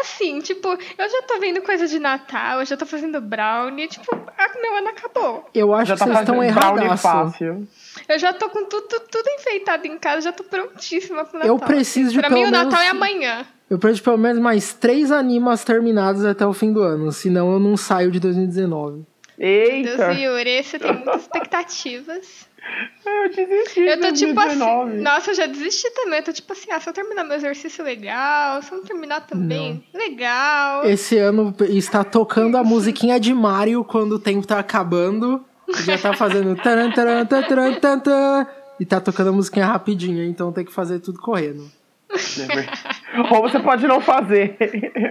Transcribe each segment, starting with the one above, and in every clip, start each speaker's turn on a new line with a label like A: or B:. A: assim, tipo, eu já tô vendo coisa de Natal, eu já tô fazendo brownie, tipo, ah, meu ano acabou.
B: Eu acho
C: Já
B: que
C: tá
B: vocês estão
C: fazendo brownie
B: errados.
C: fácil.
A: Eu já tô com tudo, tudo, tudo enfeitado em casa, já tô prontíssima pro Natal.
B: Eu preciso de
A: Pra
B: pelo
A: mim, o
B: menos...
A: Natal é amanhã.
B: Eu preciso de pelo menos mais três animas terminados até o fim do ano, senão eu não saio de 2019.
A: Deus
C: Eita,
A: e Yuri, você tem muitas expectativas.
C: eu desisti
A: Eu tô
C: de
A: tipo assim.
C: 2019.
A: Nossa, eu já desisti também. Eu tô tipo assim, ah, se eu terminar meu exercício, legal. Se eu não terminar também, legal.
B: Esse ano está tocando a musiquinha de Mario quando o tempo tá acabando. Já tá fazendo taran, taran, tan, taran, tan, tan, e tá tocando a musiquinha rapidinho, então tem que fazer tudo correndo.
C: Ou você pode não fazer.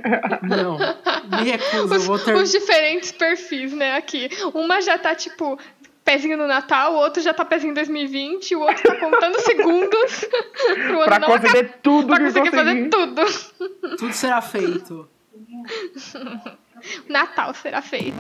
B: Não, me recuso, eu
A: Os,
B: vou ter...
A: os diferentes perfis, né, aqui. Uma já tá, tipo, pezinho no Natal, o outro já tá pezinho em 2020, o outro tá contando segundos pro ano
C: pra
A: não acabar.
C: conseguir tudo
A: Pra
C: que
A: conseguir fazer
C: conseguir.
A: tudo.
B: Tudo será feito.
A: Natal será feito.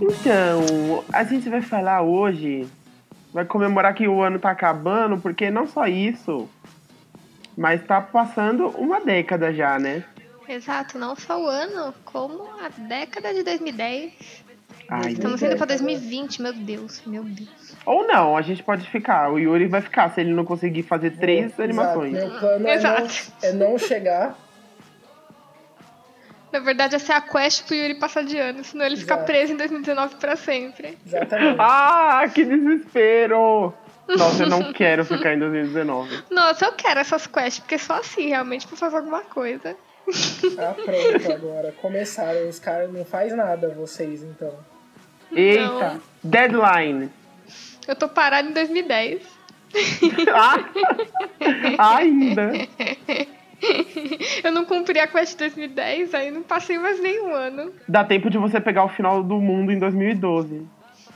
C: Então, a gente vai falar hoje, vai comemorar que o ano tá acabando, porque não só isso, mas tá passando uma década já, né?
A: Exato, não só o ano, como a década de 2010.
C: Ai,
A: Estamos
C: meu
A: indo
C: Deus.
A: pra 2020, meu Deus, meu Deus.
C: Ou não, a gente pode ficar. O Yuri vai ficar se ele não conseguir fazer três animações.
B: Meu plano
A: é Exato.
B: é não chegar.
A: Na verdade, essa é a quest pro Yuri passar de ano, senão ele fica
B: Exato.
A: preso em 2019 pra sempre.
B: Exatamente.
C: Ah, que desespero! Nossa, eu não quero ficar em 2019.
A: Nossa, eu quero essas quests, porque só assim, realmente, pra fazer alguma coisa.
B: Tá pronto agora. Começaram. Os caras não faz nada, vocês, então.
C: Eita!
A: Não.
C: Deadline!
A: Eu tô parada em 2010.
C: Ah, ainda!
A: Eu não cumpri a quest de 2010, aí não passei mais nenhum ano.
C: Dá tempo de você pegar o final do mundo em 2012.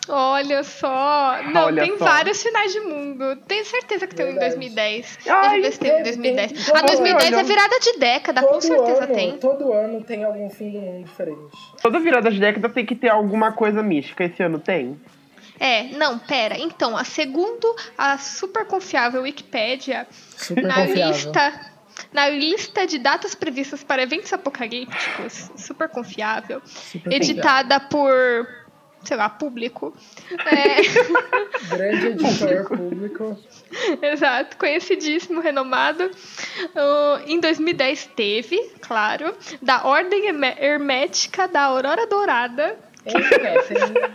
A: Olha só. Não,
C: Olha
A: tem
C: só.
A: vários finais de mundo. Tenho certeza que tem um em
B: Verdade.
A: 2010. Deixa
C: Ai,
A: eu ver se tem um em
B: teve,
A: 2010.
B: teve.
A: Ah, 2010 é
C: Olha.
A: virada de década, com certeza
B: ano,
A: tem.
B: Todo ano tem algum fim do mundo diferente.
C: Toda virada de década tem que ter alguma coisa mística. Esse ano tem?
A: É, não, pera. Então, a segundo a super confiável Wikipédia,
B: Super
A: na lista na lista de datas previstas para eventos apocalípticos, super confiável, editada por, sei lá, público. É,
B: Grande editor público.
A: exato, conhecidíssimo, renomado. Ah, em 2010 teve, claro, da Ordem Herme- Hermética da Aurora Dourada.
B: É, Eita,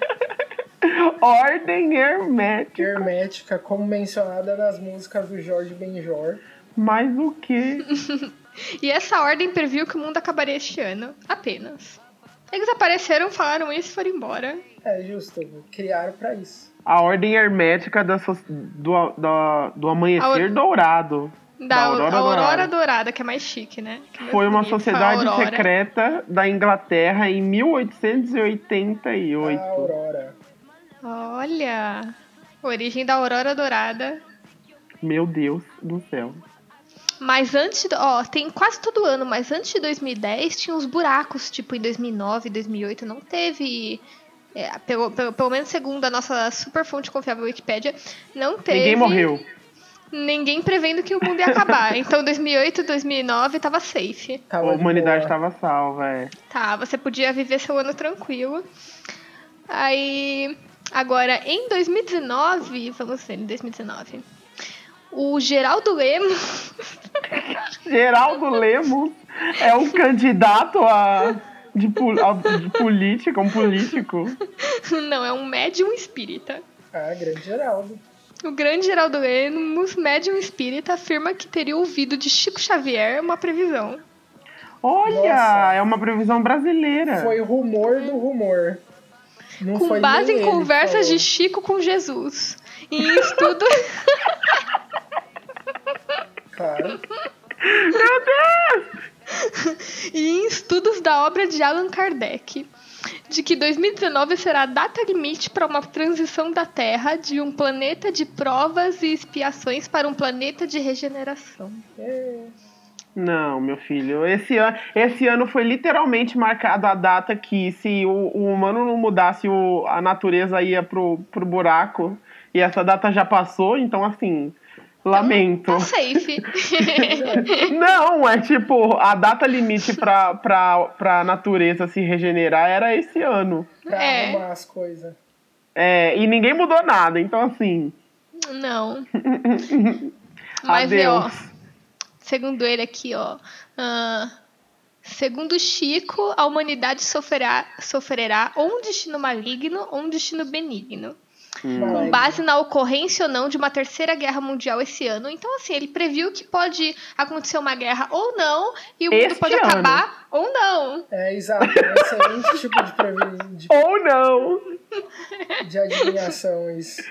C: Ordem
B: tem
C: hermética.
B: hermética, como mencionada nas músicas do Jorge Benjor.
C: Mas o que?
A: E essa ordem previu que o mundo acabaria este ano, apenas. Eles apareceram, falaram isso e foram embora.
B: É justo, criaram pra isso.
C: A ordem hermética da so- do, da- do amanhecer
A: Aur-
C: dourado.
A: Da,
C: Da
A: Aurora,
C: Aurora
A: Aurora Dourada.
C: Dourada.
A: que é mais chique, né? Que é mais
C: Foi uma
A: bonito,
C: sociedade
A: a Aurora.
C: secreta da Inglaterra em
B: A
C: 1888.
B: Aurora.
A: Olha! Origem da Aurora Dourada.
C: Meu Deus do céu.
A: Mas antes, do- ó, tem quase todo ano, mas antes de 2010 tinha uns buracos, tipo em 2009, 2008, não teve. é, pelo, pelo, pelo menos segundo a nossa super fonte confiável Wikipédia, não teve.
C: Ninguém morreu.
A: Ninguém prevendo que o mundo ia acabar. Então 2008, 2009 tava safe.
C: A
B: Tava de
C: humanidade
B: boa.
C: estava salva, é.
A: Tá, você podia viver seu ano tranquilo. Aí, agora em 2019, vamos ver, em 2019. O Geraldo Lemos,
C: Geraldo Lemos é um candidato a, de, pol- a- de política, um político.
A: não, é um médium espírita.
B: Ah, grande Geraldo.
A: O grande Geraldo Lemos, médium espírita, afirma que teria ouvido de Chico Xavier uma previsão.
C: Olha,
B: Nossa.
C: é uma previsão brasileira.
B: Foi rumor do rumor. Não
A: com
B: foi
A: base
B: nem
A: em
B: ele que
A: conversas de
B: falou.
A: Chico com Jesus. E em estudo.
B: Claro.
A: e em estudos da obra de Allan Kardec, de que 2019 será a data limite para uma transição da Terra de um planeta de provas e expiações para um planeta de regeneração.
C: Não, meu filho. Esse, an esse ano foi literalmente marcada a data que se o, o humano não mudasse, o, a natureza ia pro, pro buraco. E essa data já passou, então assim,
B: Então,
C: lamento.
A: Tá safe.
C: Não, é tipo, a data limite pra, pra, pra natureza se regenerar era esse ano.
B: Pra
A: É.
B: arrumar as coisas.
C: É, e ninguém mudou nada, então assim.
A: Não. Mas é, ó.
C: adeus.
A: Segundo ele aqui, ó. ah, segundo Chico, a humanidade sofrerá, sofrerá ou um destino maligno ou um destino benigno. Com
C: Hum.
B: Vai.
A: base na ocorrência ou não de uma terceira guerra mundial esse ano. Então, assim, ele previu que pode acontecer uma guerra ou não, e o mundo
C: Este
A: pode
C: ano.
A: acabar ou não.
B: É, exato. É um excelente tipo de, previ- de,
C: Ou não!
B: de adivinhação isso.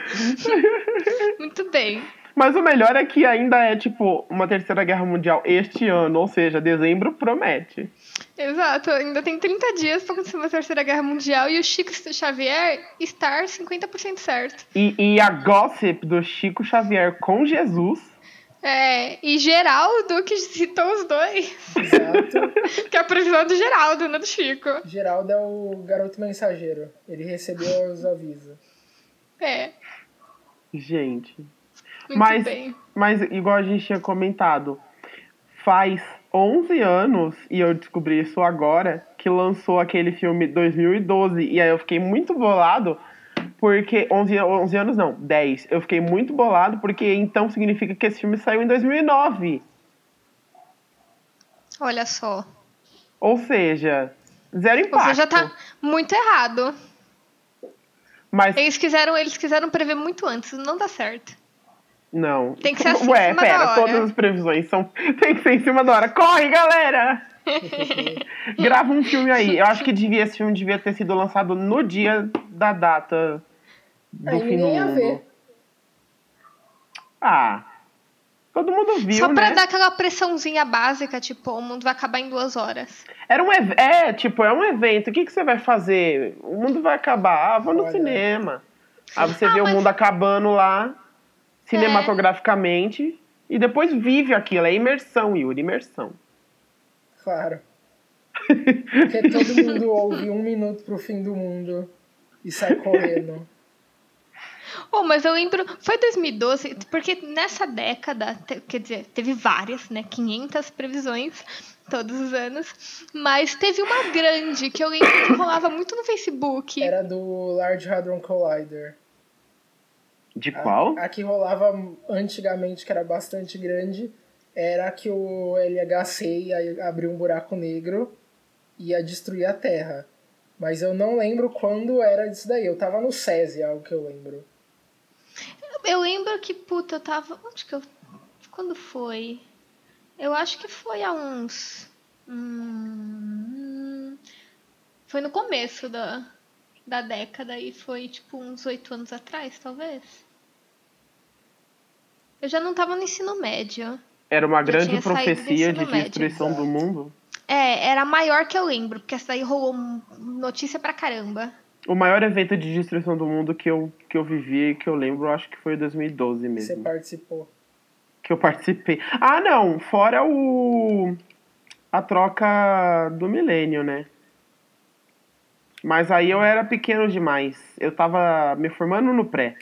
A: Muito bem.
C: Mas o melhor é que ainda é, tipo, uma terceira guerra mundial este ano, ou seja, dezembro promete.
A: Exato, ainda tem 30 dias pra acontecer uma terceira guerra mundial e o Chico Xavier estar 50% certo.
C: E, e a gossip do Chico Xavier com Jesus.
A: É, e Geraldo, que citou os dois,
B: Exato.
A: que é a previsão do Geraldo, não do Chico.
B: Geraldo é o garoto mensageiro. Ele recebeu os avisos.
A: É,
C: Gente.
A: muito
C: Mas-
A: bem.
C: Mas, igual a gente tinha comentado, faz 11 anos, e eu descobri isso agora, que lançou aquele filme 2012. E aí eu fiquei muito bolado, porque. 11, 11 anos não, 10. Eu fiquei muito bolado, porque então significa que esse filme saiu em 2009.
A: Olha só.
C: Ou seja, zero impacto.
A: Você já tá muito errado.
C: Mas
A: Eles quiseram, eles quiseram prever muito antes, não dá certo.
C: não.
A: Tem que ser assim, em
C: Ué,
A: cima
C: pera,
A: da hora.
C: todas as previsões são tem que ser em cima da hora. Corre, galera. Grava um filme aí. Eu acho que devia esse filme devia ter sido lançado no dia da data do
B: Aí
C: fim do
B: ninguém ia
C: mundo.
B: ver.
C: Ah. Todo mundo viu,
A: Só pra
C: né?
A: dar aquela pressãozinha básica, tipo, o mundo vai acabar em duas horas.
C: Era um ev- é, tipo, é um evento. O que que você vai fazer? O mundo vai acabar. Ah, vou no
B: Olha.
C: cinema. Aí você
A: Ah,
C: vê
A: mas- É.
C: o mundo acabando lá cinematograficamente e depois vive aquilo. É imersão, Yuri, imersão.
B: Claro. Porque todo mundo ouve um minuto pro fim do mundo e sai correndo.
A: Oh, mas eu lembro, foi 2012, porque nessa década, te- quer dizer, teve várias, né? 500 previsões todos os anos, mas teve uma grande que eu lembro que rolava muito no Facebook.
B: Era do Large Hadron Collider.
C: De
B: A-
C: qual?
B: A, que rolava antigamente, que era bastante grande, era que o LHC ia abrir um buraco negro e ia destruir a Terra. Mas eu não lembro quando era disso daí. Eu tava no SESI, é algo que eu lembro.
A: Eu lembro que, puta, eu tava. Onde que eu. Quando foi? Eu acho que foi há uns. hum, Foi no começo da, da década e foi tipo uns oito anos atrás, talvez. Eu já não tava no ensino médio.
C: Era uma
A: Já
C: grande
A: tinha saído do
C: profecia
A: ensino
C: de
A: médio,
C: destruição
B: exato.
C: do mundo.
A: É, era a maior que eu lembro, porque essa daí rolou hum, notícia pra caramba.
C: O maior evento de destruição do mundo que eu, que eu vivi e que eu lembro, eu acho que foi 2012
B: Você
C: mesmo.
B: participou.
C: Que eu participei. Ah, não! Fora o. A troca do milênio, né? Mas aí eu era pequeno demais. Eu tava me formando no pré.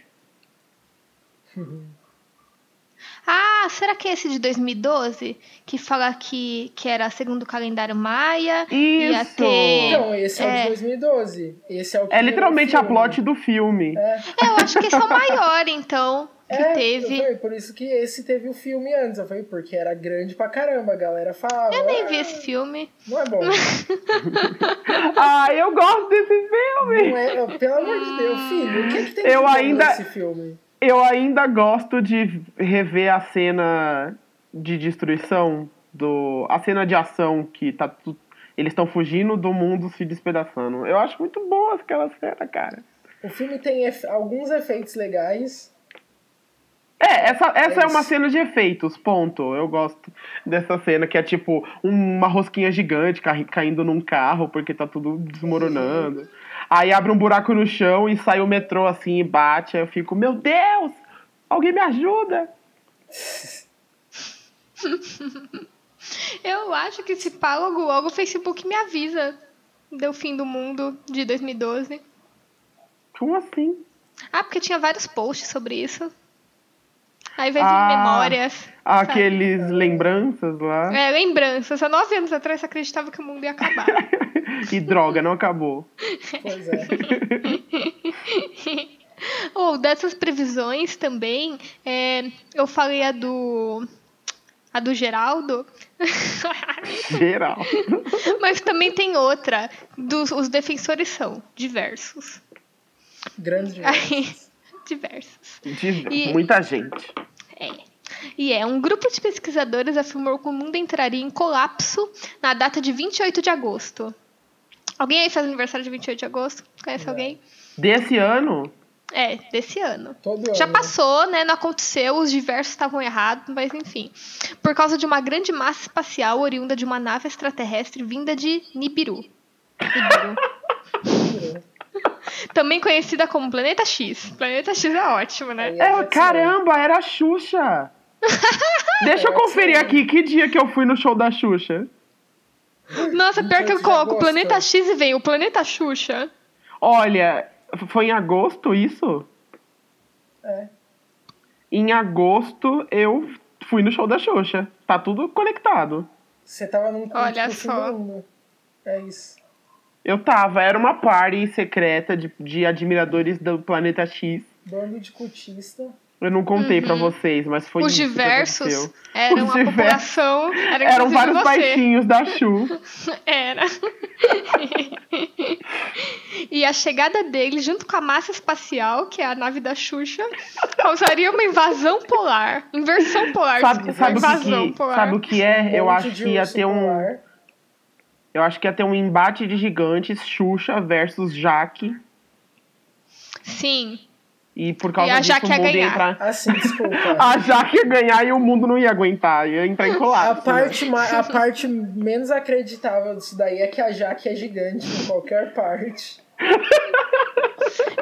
A: Ah, será que é esse de 2012? Que fala que, que era segundo o calendário maia? Ia
C: Isso!
A: ter-
B: Então, esse é, o
A: É.
B: de 2012. Esse é o que
C: É literalmente
B: eu
C: a
B: filme.
C: plot do filme.
B: É,
A: É, Eu acho que esse é o maior, então, que
B: é,
A: teve.
B: foi por isso que esse teve o filme antes. Eu falei, porque era grande pra caramba, a galera falava.
A: Eu nem vi
B: "Ah,
A: esse filme.
B: Não é bom.
C: Ah, eu gosto desse filme!
B: Não é, pelo amor de Deus, filho, o que, é que tem
C: Eu
B: de bom
C: ainda-
B: nesse filme?
C: Eu ainda gosto de rever a cena de destruição do a cena de ação que tá tu- Eles estão fugindo do mundo se despedaçando. Eu acho muito boa aquela cena, cara.
B: O filme tem efe- alguns efeitos legais.
C: É, essa, essa é,
B: É
C: uma
B: isso.
C: cena de efeitos, ponto. Eu gosto dessa cena que é tipo uma rosquinha gigante cai- caindo num carro porque tá tudo desmoronando. Aí abre um buraco no chão e sai o metrô assim e bate. Aí eu fico, meu Deus, alguém me ajuda.
A: Eu acho que se pá logo logo o Facebook me avisa do fim do mundo de 2012.
C: Como assim?
A: Ah, porque tinha vários posts sobre isso. Aí vai vir
C: Ah.
A: memórias.
C: Aqueles lembranças lá.
A: É, lembranças. Há nove anos atrás você acreditava que o mundo ia acabar.
C: E droga, não acabou.
B: Pois é.
A: Ou dessas previsões também, é, eu falei a do. A do Geraldo.
C: Geral.
A: Mas também tem outra. Dos, os defensores são diversos.
B: Grandes demais.
A: Aí, diversos.
C: De
A: E-
C: muita gente.
A: E é, um grupo de pesquisadores afirmou que o mundo entraria em colapso na data de 28 de agosto. Alguém aí faz aniversário de 28 de agosto? Conhece alguém?
C: Desse ano,
A: É, desse ano.
B: Todo ano.
A: Já passou, né? Não aconteceu, os diversos estavam errados, mas enfim. Por causa de uma grande massa espacial oriunda de uma nave extraterrestre vinda de Nibiru. Nibiru. Também conhecida como Planeta X. Planeta X é ótimo, né?
B: Aí
C: É,
B: pode ser.
C: caramba, era a Xuxa. Deixa eu
B: Pode
C: conferir
B: ser.
C: aqui que dia que eu fui no show da Xuxa.
A: Nossa, pior que
B: 28
A: eu
C: é
B: de
A: coloco
B: agosto.
A: Planeta X e vem o Planeta Xuxa.
C: Olha, foi em agosto isso?
B: É.
C: Em agosto eu fui no show da Xuxa. Tá tudo conectado.
B: Você tava num culto
A: Olha
B: do fim
A: só.
B: do mundo. É isso.
C: Eu tava, era uma party secreta de, de admiradores do Planeta X.
B: Bando de cultista.
C: Eu não contei pra vocês, mas foi
A: Uhum. Os
C: isso que
A: diversos
C: aconteceu.
A: eram
C: Os
A: a
C: diversos.
A: população. Era
C: Eram
A: inclusive
C: vários
A: você.
C: baixinhos da Xuxa.
A: Era. e a chegada dele, junto com a massa espacial, que é a nave da Xuxa, causaria uma invasão polar. Inversão polar.
C: sabe,
A: desculpa,
C: sabe, o
A: invasão
C: que que,
A: polar.
C: sabe o que é? Eu
B: monte
C: acho
B: de
C: que ia
B: urso
C: ter um.
B: polar.
C: Eu acho que ia ter um embate de gigantes, Xuxa versus Jaque.
A: Sim.
C: E por
A: E
C: causa
A: a
C: disso
A: Jaque
C: o
A: ia
C: mundo ia
A: ganhar.
C: entrar.
B: Assim, desculpa.
C: A Jaque ia ganhar e o mundo não ia aguentar, ia entrar em
B: A
C: colapso.
B: parte, ma- a parte menos acreditável disso daí é que a Jaque é gigante em qualquer parte.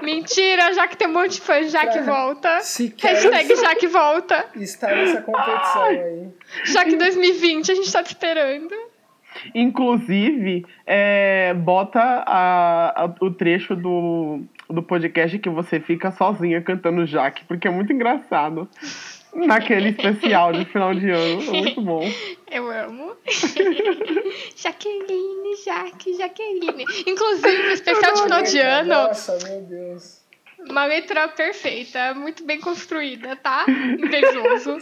A: Mentira, já que tem um monte de fã, já que
B: Pra-
A: volta.
B: Se quer
A: Hashtag já que volta.
B: estar nessa competição aí.
A: Já que 2020 a gente tá te esperando.
C: Inclusive, é, bota a- a- o trecho do, do podcast que você fica sozinha cantando Jaque, porque é muito engraçado. Naquele especial de final de ano. Muito bom.
A: Eu amo. Jaqueline, Jaque, Jaqueline. Inclusive, no especial de final de ano,
B: Nossa, meu Deus.
A: Uma letra perfeita, muito bem construída, tá? Invejoso.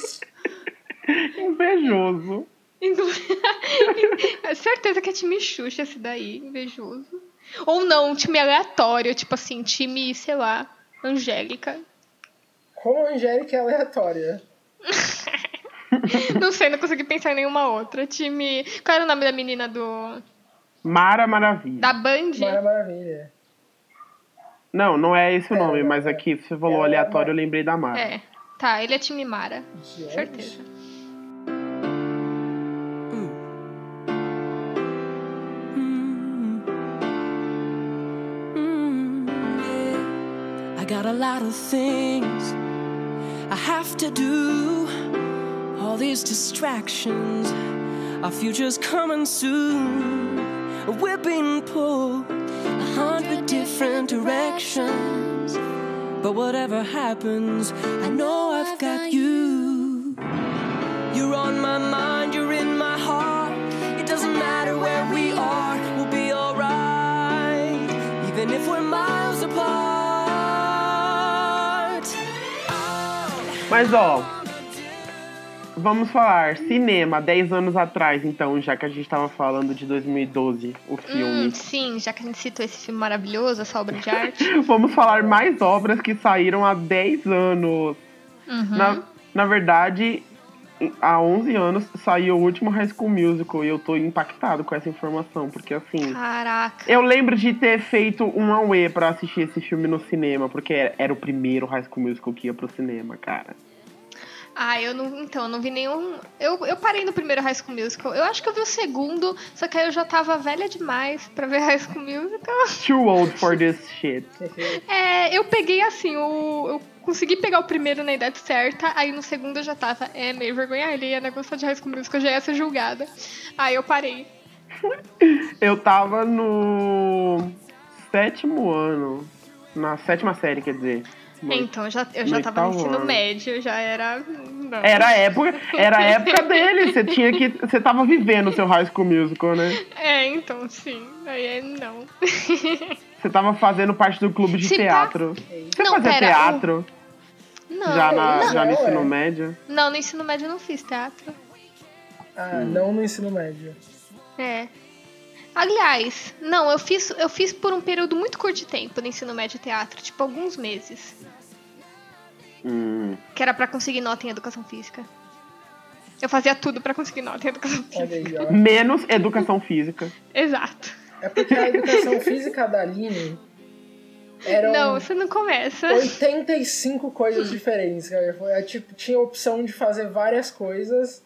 C: Invejoso.
A: Inclu- É Certeza que é time Xuxa esse daí, invejoso. Ou não, um time aleatório, tipo assim, time, sei lá, Angélica.
B: Como a Angélica é aleatória.
A: Não sei, não consegui pensar em nenhuma outra. Time. Qual era o nome da menina do.
C: Mara Maravilha.
A: Da Band?
B: Mara Maravilha.
C: Não, não é esse o
B: É,
C: nome,
B: não,
C: mas
B: é.
C: aqui você falou
B: É,
C: aleatório,
B: não.
C: eu lembrei da Mara.
A: É. Tá, ele é time Mara.
B: Gente.
A: Certeza.
D: Mm. Mm, yeah. I got a lot of things I have to do. All these distractions, our future's coming soon. We're being pulled a hundred different directions. But whatever happens, I know I've got you. You're on my mind, you're in my heart. It doesn't matter where we are, we'll be alright. Even if we're miles apart.
C: Mas ó, vamos falar cinema, 10 anos atrás, então, já que a gente tava falando de 2012, o
A: Hum,
C: filme.
A: sim, já que a gente citou esse filme maravilhoso, essa obra de arte.
C: Vamos falar mais
A: Uhum.
C: obras que saíram há 10 anos. Na, na verdade, há 11 anos saiu o último High School Musical e eu tô impactado com essa informação, porque assim.
A: Caraca.
C: Eu lembro de ter feito um auê pra assistir esse filme no cinema, porque era, era o primeiro High School Musical que ia pro cinema, cara.
A: Ah, eu não. Então, eu não vi nenhum. Eu, eu parei no primeiro High School Musical. Eu acho que eu vi o segundo, só que aí eu já tava velha demais pra ver High School Musical.
C: Too old for this shit.
A: É, eu peguei assim, o, eu consegui pegar o primeiro na idade certa, aí no segundo eu já tava, é, meio vergonha alheia, né? Gostar de High School Musical, eu já ia ser julgada. Aí eu parei.
C: Eu tava no sétimo ano. Na sétima série, quer dizer. No-
A: então, eu já, eu já
C: no
A: tava no
C: oitavo
A: ensino
C: ano.
A: médio, eu já era. não.
C: Era a época, era a época dele. Você tinha que. Você tava vivendo o seu high school musical, né?
A: É, então, sim. Aí é não.
C: Você tava fazendo parte do clube de
A: Se pá-
C: teatro. Você
A: Não,
C: fazia
A: pera,
C: é teatro
A: Não.
C: já, na,
B: não,
C: já no
B: é.
C: ensino médio?
A: Não, no ensino médio eu não fiz teatro.
B: Ah, não no ensino médio.
A: É. Aliás, não, eu fiz, eu fiz por um período muito curto de tempo no ensino médio teatro, tipo alguns meses,
C: Hum.
A: que era pra conseguir nota em educação física. Eu fazia tudo pra conseguir nota em educação física.
B: Olha aí, ó.
C: Menos educação física.
A: Exato.
B: É porque a educação física da Aline eram
A: Não, você não começa.
B: 85 coisas diferentes. Cara. Foi, é, tipo, tinha a opção de fazer várias coisas.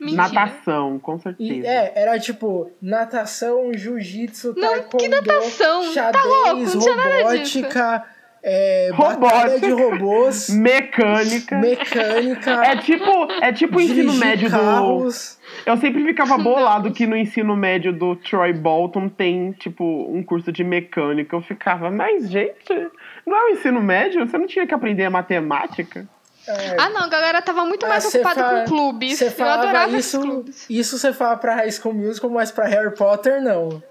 A: Mentira.
C: Natação, com
B: E
C: certeza.
B: é, era tipo natação, jiu-jitsu,
A: Não,
B: taekwondo,
A: que natação? Tá
B: xadrez,
A: louco, não tinha nada
B: robótica, é, batalha de
C: Robótica.
B: robôs,
C: Mecânica.
B: mecânica,
C: É tipo, é tipo o ensino
B: dirigir
C: médio do,
B: carros.
C: Eu sempre ficava bolado que no ensino médio do Troy Bolton tem, tipo, um curso de mecânica. Eu ficava, mas, gente, não é o ensino médio? Você não tinha que aprender matemática?
B: É,
A: Ah, não, a galera tava muito mais
B: Ah, cê
A: ocupada
B: fa-
A: com clubes.
B: cê
A: Eu
B: falava
A: adorava
B: isso,
A: esses clubes.
B: Isso você fala pra High School Musical, mas pra Harry Potter não.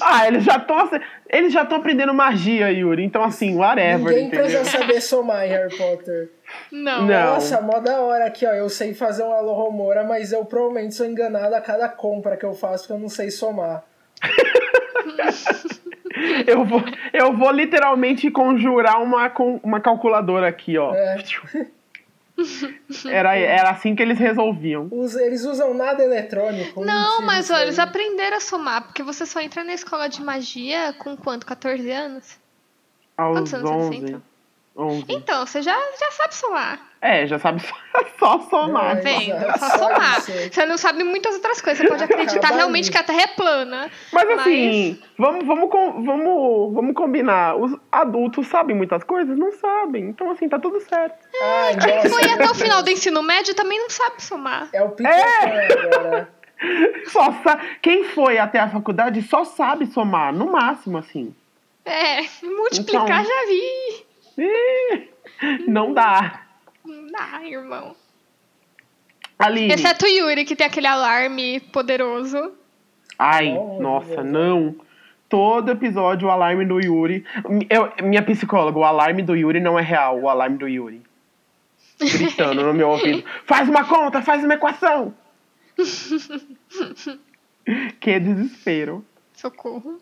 C: ah, eles já estão eles já estão aprendendo magia, Yuri. Então, assim, whatever,
B: Ninguém
C: entendeu?
B: precisa saber somar em Harry Potter.
A: Não.
C: Não.
B: Nossa, mó da hora aqui, ó. Eu sei fazer um Alohomora, mas eu provavelmente sou enganado a cada compra que eu faço, porque eu não sei somar.
C: Eu vou, eu vou literalmente conjurar uma, con- uma calculadora aqui, ó.
B: É.
C: Era, era assim que eles resolviam.
B: Us- Eles usam nada eletrônico.
A: Não,
B: mentira,
A: mas
B: isso aí.
A: olha, eles aprenderam a somar, porque você só entra na escola de magia com quanto? 14 anos?
C: Aos
A: Quantos anos eles
C: 11.
A: entram?
C: 11.
A: Então, você já, já sabe somar.
C: É, já sabe só somar.
B: Não,
A: Tá
B: é
A: vendo?
B: Exato,
A: Só
B: só
A: somar.
B: isso.
A: Você não sabe muitas outras coisas. Você pode acreditar
B: Acaba
A: realmente
B: aí.
A: que a Terra é plana.
C: Mas assim, vamos, vamos, com- vamos, vamos combinar. Os adultos sabem muitas coisas? Não sabem. Então, assim, tá tudo certo.
B: Ai,
A: Quem foi até
B: nossa.
A: o final do ensino médio também não sabe somar.
B: É o Peter Pan agora.
C: Só sa- Quem foi até a faculdade só sabe somar, no máximo, assim.
A: É, multiplicar
C: Então.
A: já vi.
C: Ih, Não dá.
A: Não dá, irmão.
C: Aline.
A: Exceto o Yuri, que tem aquele alarme poderoso.
C: Ai,
B: Não,
C: nossa,
B: não.
C: não. Todo episódio, o alarme do Yuri. Eu- minha psicóloga, o alarme do Yuri não é real, o alarme do Yuri. Gritando no meu ouvido: faz uma conta, faz uma equação. que desespero.
A: Socorro.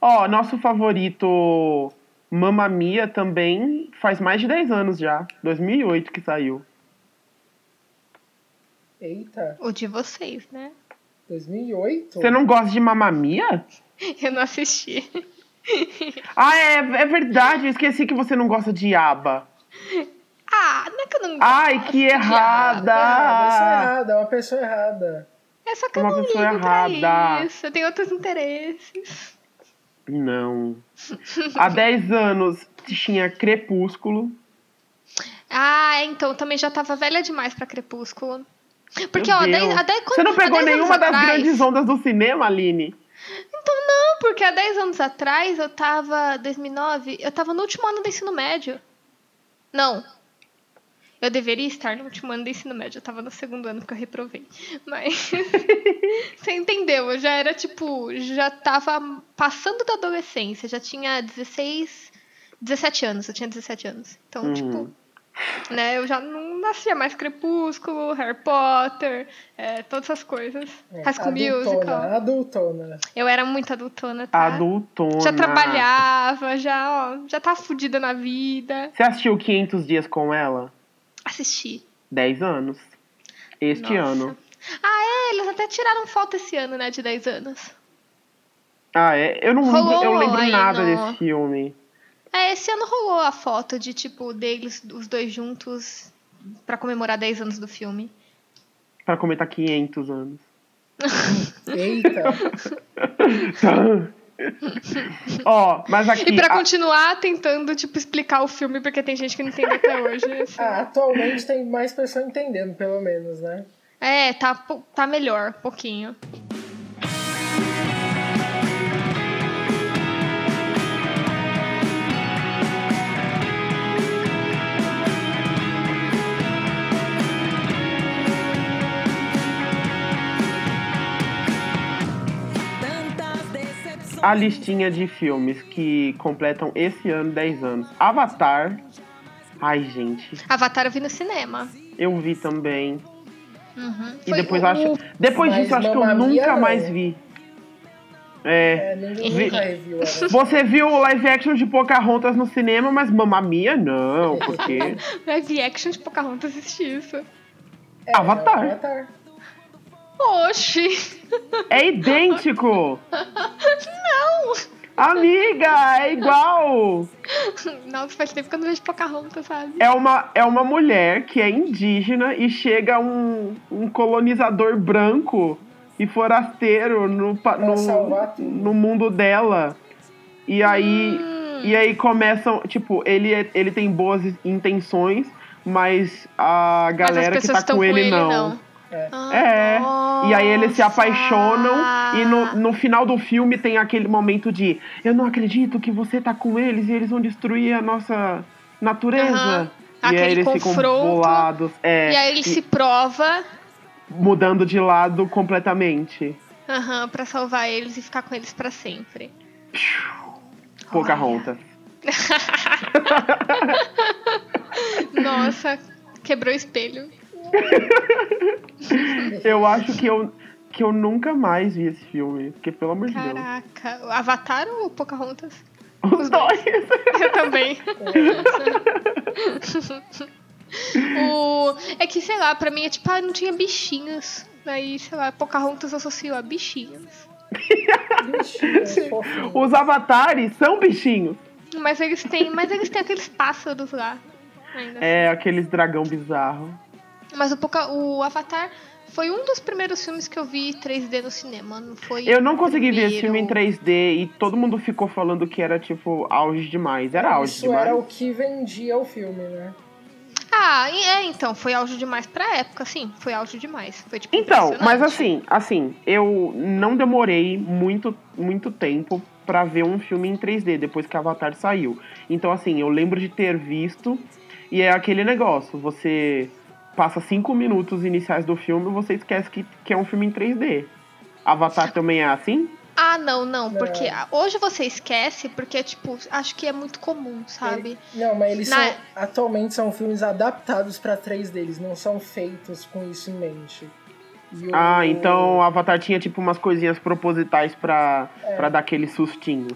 C: Ó, nosso favorito Mamma Mia também faz mais de 10 anos já. 2008 que saiu.
B: Eita,
A: O de vocês, né?
B: 2008?
C: Você não gosta de Mamma Mia?
A: Eu não assisti.
C: Ah, é, é verdade, eu esqueci que você não gosta de aba.
A: Ah, não é que eu não
C: Ai, que
B: Ah, pessoa
C: errada!
B: errada, é uma pessoa errada.
A: É só que
C: Uma
A: eu não ligo
C: pessoa
A: pra
C: errada.
A: isso. Eu tenho outros interesses.
C: Não. Há 10 anos tinha Crepúsculo.
A: Ah, então também já tava velha demais pra Crepúsculo. Porque,
C: Meu
A: ó,
C: Deus.
A: dez- há dez- quando-
C: Você não
A: há
C: pegou
A: dez anos
C: nenhuma das
A: atrás-
C: grandes ondas do cinema, Aline?
A: Então não, porque há 10 anos atrás eu tava. 2009, eu tava no último ano do ensino médio. Não. Eu deveria estar no último ano do ensino médio, eu tava no segundo ano porque eu reprovei. Mas. Você entendeu? Eu já era tipo. Já tava passando da adolescência, já tinha 16. 17 anos, eu tinha 17 anos. Então,
C: Uhum.
A: tipo. Né, eu já não nascia mais Crepúsculo, Harry Potter, é, todas essas coisas. High School Musical.
B: É, adultona, né? adultona.
A: Eu era muito adultona, tá?
C: Adultona.
A: Já trabalhava, já, ó, já tá fudida na vida.
C: Você assistiu 500 Dias com ela?
A: Assisti.
C: 10 anos. Este
A: Nossa.
C: ano.
A: Ah, é, eles até tiraram foto esse ano, né, de 10 anos.
C: Ah, é? Eu não
A: Rolou
C: lembro, eu não lembro
A: aí
C: nada
A: no-
C: desse filme.
A: É, esse ano rolou a foto de, tipo, deles, os dois juntos, pra comemorar 10 anos do filme.
C: Pra comentar 500 anos.
B: Eita!
C: Ó, mas aqui.
A: E pra
C: a-
A: continuar tentando, tipo, explicar o filme, porque tem gente que não entende até hoje. assim.
B: Ah, atualmente tem mais pessoa entendendo, pelo menos, né?
A: É, tá, po- tá melhor, pouquinho.
D: Tantas decepções.
C: a listinha de filmes que completam esse ano 10 anos. Avatar. Ai, gente.
A: Avatar eu vi no cinema.
C: Eu vi também.
A: Uhum.
C: E
A: Foi
C: depois
A: o-
C: eu acho. Depois
B: Mas
C: disso, eu acho que eu
B: Mamma Mia,
C: nunca
B: não.
C: mais vi. É.
B: É, ninguém
A: Vi-
B: nunca reviu ela.
C: Você viu o live action de Pocahontas no cinema, mas mamamia não, porque.
A: Live action de Pocahontas existe isso.
B: É,
C: Avatar.
B: Avatar.
A: Oxi!
C: É idêntico!
A: Não!
C: Amiga, é igual!
A: Nossa, faz tempo que eu não vejo Pocahontas, sabe?
C: É uma, é uma mulher que é indígena e chega um, um colonizador branco e forasteiro no, pa-
B: Pra salvar
C: no,
B: tudo.
C: no mundo dela. E aí, e aí começam. Tipo, ele, é- ele tem boas intenções, mas a
A: Mas as
C: galera que
A: pessoas
C: tá
A: estão
C: com ele não.
B: É.
A: Ah,
C: É. E aí eles se
A: nossa.
C: apaixonam e no, no final do filme tem aquele momento de eu não acredito que você tá com eles e eles vão destruir a nossa natureza.
A: Aham.
C: E aí
A: Aquele
C: eles ficam
A: confronto.
C: bolados. É,
A: E aí ele se prova
C: mudando de lado completamente.
A: aham, pra salvar eles e ficar com eles pra sempre.
C: Pocahontas.
A: Nossa, quebrou o espelho.
C: Eu acho que eu, que eu nunca mais vi esse filme. Porque, pelo amor de Deus.
A: Caraca. Avatar ou Pocahontas?
C: Os dois.
A: Eu também. o... É que, sei lá, pra mim é tipo, ah, não tinha bichinhos. Aí, sei lá, Pocahontas associo a bichinhos.
B: Bichinho, fofinho.
C: Os avatares são bichinhos.
A: Mas eles têm, mas eles têm aqueles pássaros lá. Ainda.
C: É, aqueles dragão bizarro.
A: Mas o, Poca... o Avatar foi um dos primeiros filmes que eu vi 3D no cinema. Não foi
C: Eu não consegui ver esse filme
A: primeiro.
C: em 3D e todo mundo ficou falando que era, tipo, auge demais. Era auge
B: Isso
C: demais.
B: era o que vendia o filme, né?
A: Ah, e- é, então, foi auge demais pra época, sim. Foi auge demais. Foi tipo.
C: Então, mas
A: impressionante.
C: assim, assim, eu não demorei muito, muito tempo pra ver um filme em 3D depois que Avatar saiu. Então, assim, eu lembro de ter visto e é aquele negócio, você passa cinco minutos iniciais do filme e você esquece que, que é um filme em 3D. Avatar também é assim?
A: Ah, não, não,
B: Não.
A: porque ah, hoje você esquece, porque, tipo, acho que é muito comum, sabe?
B: Não, mas eles
A: Na-
B: são, atualmente são filmes adaptados pra três deles, não são feitos com isso em mente. E o-
C: Ah, então
B: É.
C: Avatar tinha tipo umas coisinhas propositais pra,
B: É.
C: pra dar aquele sustinho.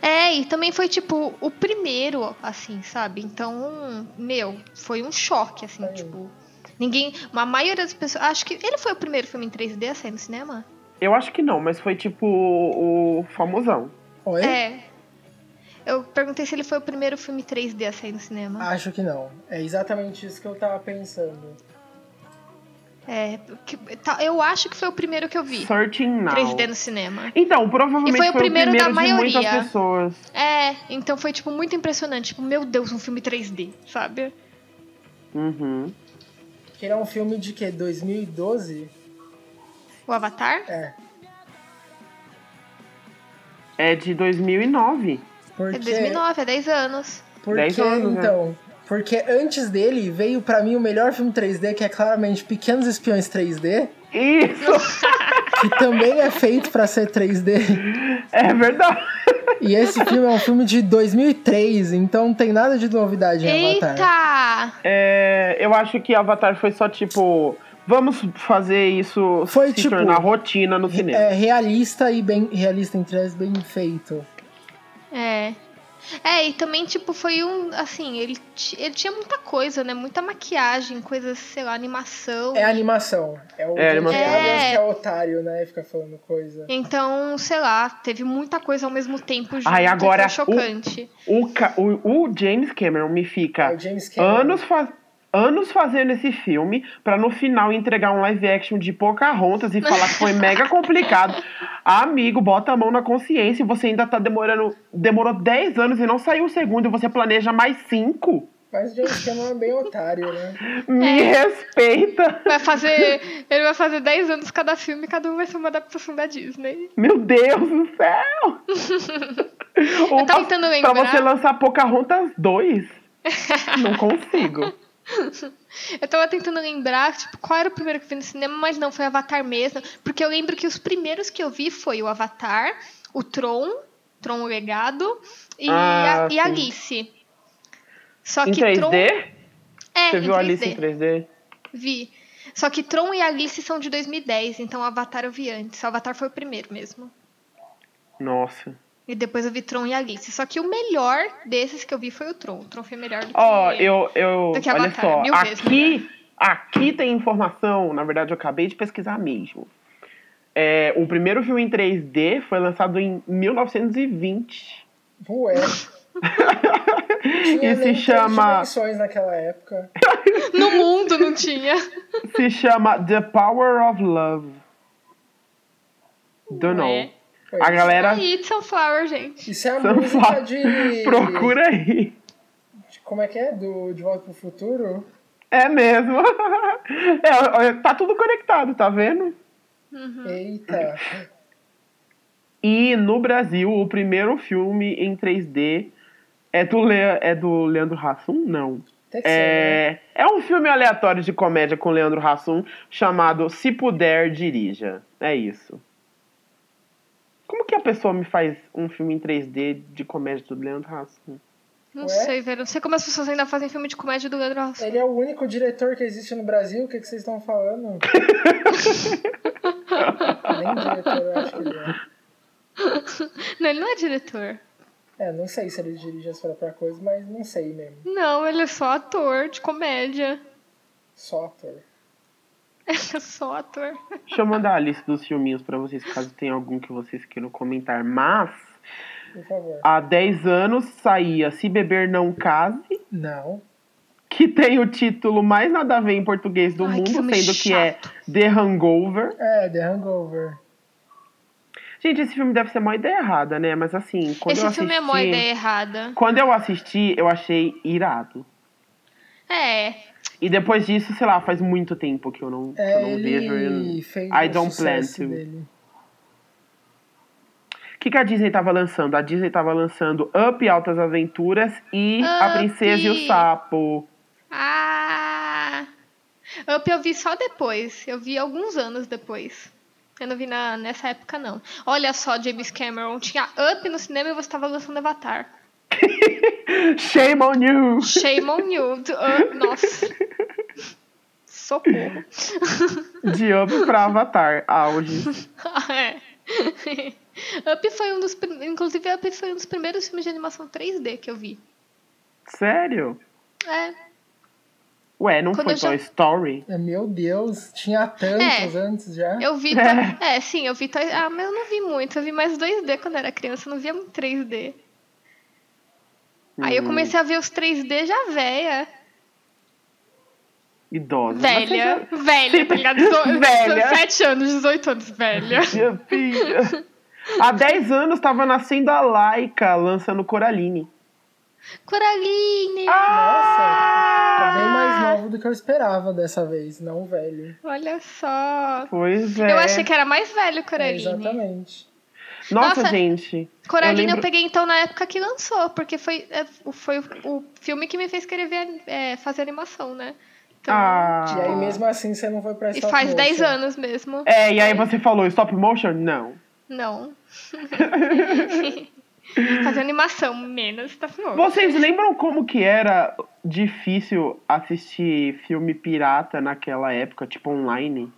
A: É, e também foi, tipo, o primeiro, assim, sabe? Então, meu, foi um choque, assim, tipo. Ninguém. Uma maioria das pessoas. Acho que ele foi o primeiro filme em 3D a sair no cinema?
C: Eu acho que não, mas foi tipo o, o famosão.
B: Oi?
A: É. Eu perguntei se ele foi o primeiro filme 3D a sair no cinema.
B: Acho que não. É exatamente isso que eu tava pensando.
A: É, que- tá, eu acho que foi o primeiro que eu vi.
C: Searching Now.
A: 3D no cinema.
C: Então, provavelmente
A: E foi o primeiro da
C: de muitas
A: maioria.
C: pessoas.
A: É, então foi, tipo, muito impressionante. Tipo, meu Deus, um filme 3D, sabe?
C: Uhum.
B: Que ele é um filme de que? 2012?
A: O Avatar?
B: É.
C: É de 2009.
B: Porque,
A: É 2009, é 10 anos.
B: porque
C: 10 anos, né?
B: então, porque antes dele veio pra mim o melhor filme 3D, que é claramente Pequenos Espiões 3D,
C: Isso!
B: que também é feito pra ser 3D.
C: é verdade.
B: E esse filme é um filme de 2003, então não tem nada de novidade em Avatar.
A: Eita!
C: É, eu acho que Avatar foi só tipo. Vamos fazer isso
B: Foi,
C: se
B: tipo,
C: tornar rotina no cinema.
B: É realista e bem realista entre as bem feito.
A: É. É, e também, tipo, foi um. Assim, ele, ti- ele tinha muita coisa, né? Muita maquiagem, coisas, sei lá, animação.
B: É animação. É o
C: É animação.
B: É...
A: É.
B: que é otário, né? Fica falando coisa.
A: Então, sei lá, teve muita coisa ao mesmo tempo junto.
C: Ai, agora
A: foi chocante.
C: O, ca- o, o James Cameron me
B: É
C: fica
B: o James Cameron.
C: anos, fa- anos fazendo esse filme pra no final entregar um live action de Pocahontas e falar que foi mega complicado. Amigo, bota a mão na consciência e você ainda tá demorando. Demorou 10 anos e não saiu o segundo e você planeja mais 5?
B: Mas o James Cameron é bem otário, né?
C: Me
A: É.
C: respeita!
A: Vai fazer. ele vai fazer 10 anos cada filme, cada um vai ser uma adaptação da Disney.
C: Meu Deus do céu!
A: Eu tava tentando
C: pra
A: lembrar.
C: você lançar Pocahontas 2? Não consigo.
A: Eu tava tentando lembrar, tipo, qual era o primeiro que eu vi no cinema, mas não, foi Avatar mesmo. Porque eu lembro que os primeiros que eu vi foi o Avatar, o Tron, Tron o Legado, e,
C: Ah,
A: a, e a
C: sim.
A: Alice. Só
C: Em
A: que Tron.
C: 3D?
A: É,
C: Você
A: em
C: viu Alice em
A: 3D.
C: 3D?
A: Vi. Só que Tron e Alice são de 2010, então Avatar eu vi antes. Avatar foi o primeiro mesmo.
C: Nossa.
A: E depois eu vi Tron e Alice. Só que o melhor desses que eu vi foi o Tron. O Tron foi melhor do que
C: Ó, eu, eu
A: Do que
C: olha
A: Avatar,
B: é
C: só,
A: mil vezes
C: aqui, aqui tem informação, na verdade eu acabei de pesquisar mesmo. É, o primeiro filme em 3D foi lançado em 1920
B: Ué. Tinha
C: e
B: nem
C: se
B: três
C: chama,
B: dimensões naquela época.
A: No mundo não tinha.
C: se chama The Power of Love. Don't know.
A: Ué.
B: Foi é?
C: A
B: isso.
C: galera
A: Aí, Sunflower, gente.
B: Isso é a
C: São
B: música
C: Paulo.
B: de...
C: procura aí.
B: de- Como é que é? Do De Volta pro Futuro?
C: É mesmo. É, olha, tá tudo conectado, tá vendo?
B: Eita.
C: E no Brasil, o primeiro filme em 3D é do, Le... é do Leandro Hassum? Não.
B: Tem que ser, né?
C: É... é um filme aleatório de comédia com Leandro Hassum chamado Se Puder, Dirija. É isso. Como que a pessoa me faz um filme em 3D de comédia do Leandro Hassum?
A: Não
B: Ué?
A: sei, velho. Não sei como as pessoas ainda fazem filme de comédia do Leandro Hassum.
B: Ele é o único diretor que existe no Brasil? O que, que vocês estão falando? Nem diretor, eu acho que ele é.
A: Não, ele não é diretor.
B: É, não sei se ele dirige as próprias coisas, mas não sei mesmo.
A: Não, ele é só ator de comédia.
B: Só ator.
A: Ele é só ator.
C: Deixa eu mandar a lista dos filminhos pra vocês, caso tenha algum que vocês queiram comentar. Mas,
B: Por favor.
C: há 10 anos saía Se Beber Não Case,
B: Não.
C: que tem o título mais nada a ver em português do
A: Ai, que
C: mundo,
A: filme
C: sendo que é
A: chato.
C: The Hangover.
B: É, The Hangover.
C: Gente, esse filme deve ser uma ideia errada, né? Mas assim, quando eu
A: Esse
C: assisti,
A: filme é mó ideia errada.
C: quando eu assisti, eu achei irado.
A: É.
C: E depois disso, sei lá, faz muito tempo que eu não, que eu
B: É,
C: não vejo.
B: ele
C: ele.
B: fez
C: I
B: o
C: don't plan
B: sucesso
C: to.
B: dele.
C: O que, que a Disney tava lançando? A Disney tava lançando Up Altas Aventuras e A
A: Up!
C: Princesa e o Sapo.
A: Ah! Up eu vi só depois. Eu vi alguns anos depois. Eu não vi na, nessa época, não. Olha só, James Cameron. Tinha Up no cinema e você tava lançando Avatar.
C: Shame on you!
A: Shame on you. Do Up, nossa. Socorro.
C: De Up pra Avatar, auge.
A: é. Up foi um dos. prim- Inclusive, Up foi um dos primeiros filmes de animação 3D que eu vi.
C: Sério?
A: É.
C: Ué, não
A: Quando
C: foi
A: eu já-
C: Toy Story?
B: É, Meu Deus, tinha tantos antes já.
A: Eu vi. Toy- É, sim, eu vi. Toy- Ah, mas eu não vi muito. Eu vi mais 2D quando era criança. Eu não via muito 3D. Aí eu
C: Hum.
A: comecei a ver os 3D já velha.
C: Idosa. Mas você
A: Velha.
C: já-
A: Velha, tá ligado? Dezo-
C: Velha.
A: 17 anos, 18 anos, velha.
C: Minha filha. Há 10 anos tava nascendo a Laika, lançando Coraline.
A: Coraline!
C: Ah.
B: Ah! Nossa, tá bem mais
A: Ah.
B: novo do que eu esperava dessa vez, não velho.
A: Olha só.
C: Pois é.
A: Eu achei que era mais velho o
B: É,
A: Coraline.
B: exatamente.
C: Nossa,
A: Nossa.
C: gente.
A: Coraline eu,
C: Eu lembro-
A: peguei então na época que lançou, porque foi, é, o- foi o, o filme que me fez querer ver, é, fazer animação, né? Então,
C: Ah.
B: E aí, mesmo assim, você não foi pra
A: e
B: essa
A: faz 10 anos mesmo.
C: É, e aí você falou stop motion? Não.
A: Não. fazer animação, menos, tá bom.
C: Vocês lembram como que era difícil assistir filme pirata naquela época, tipo online?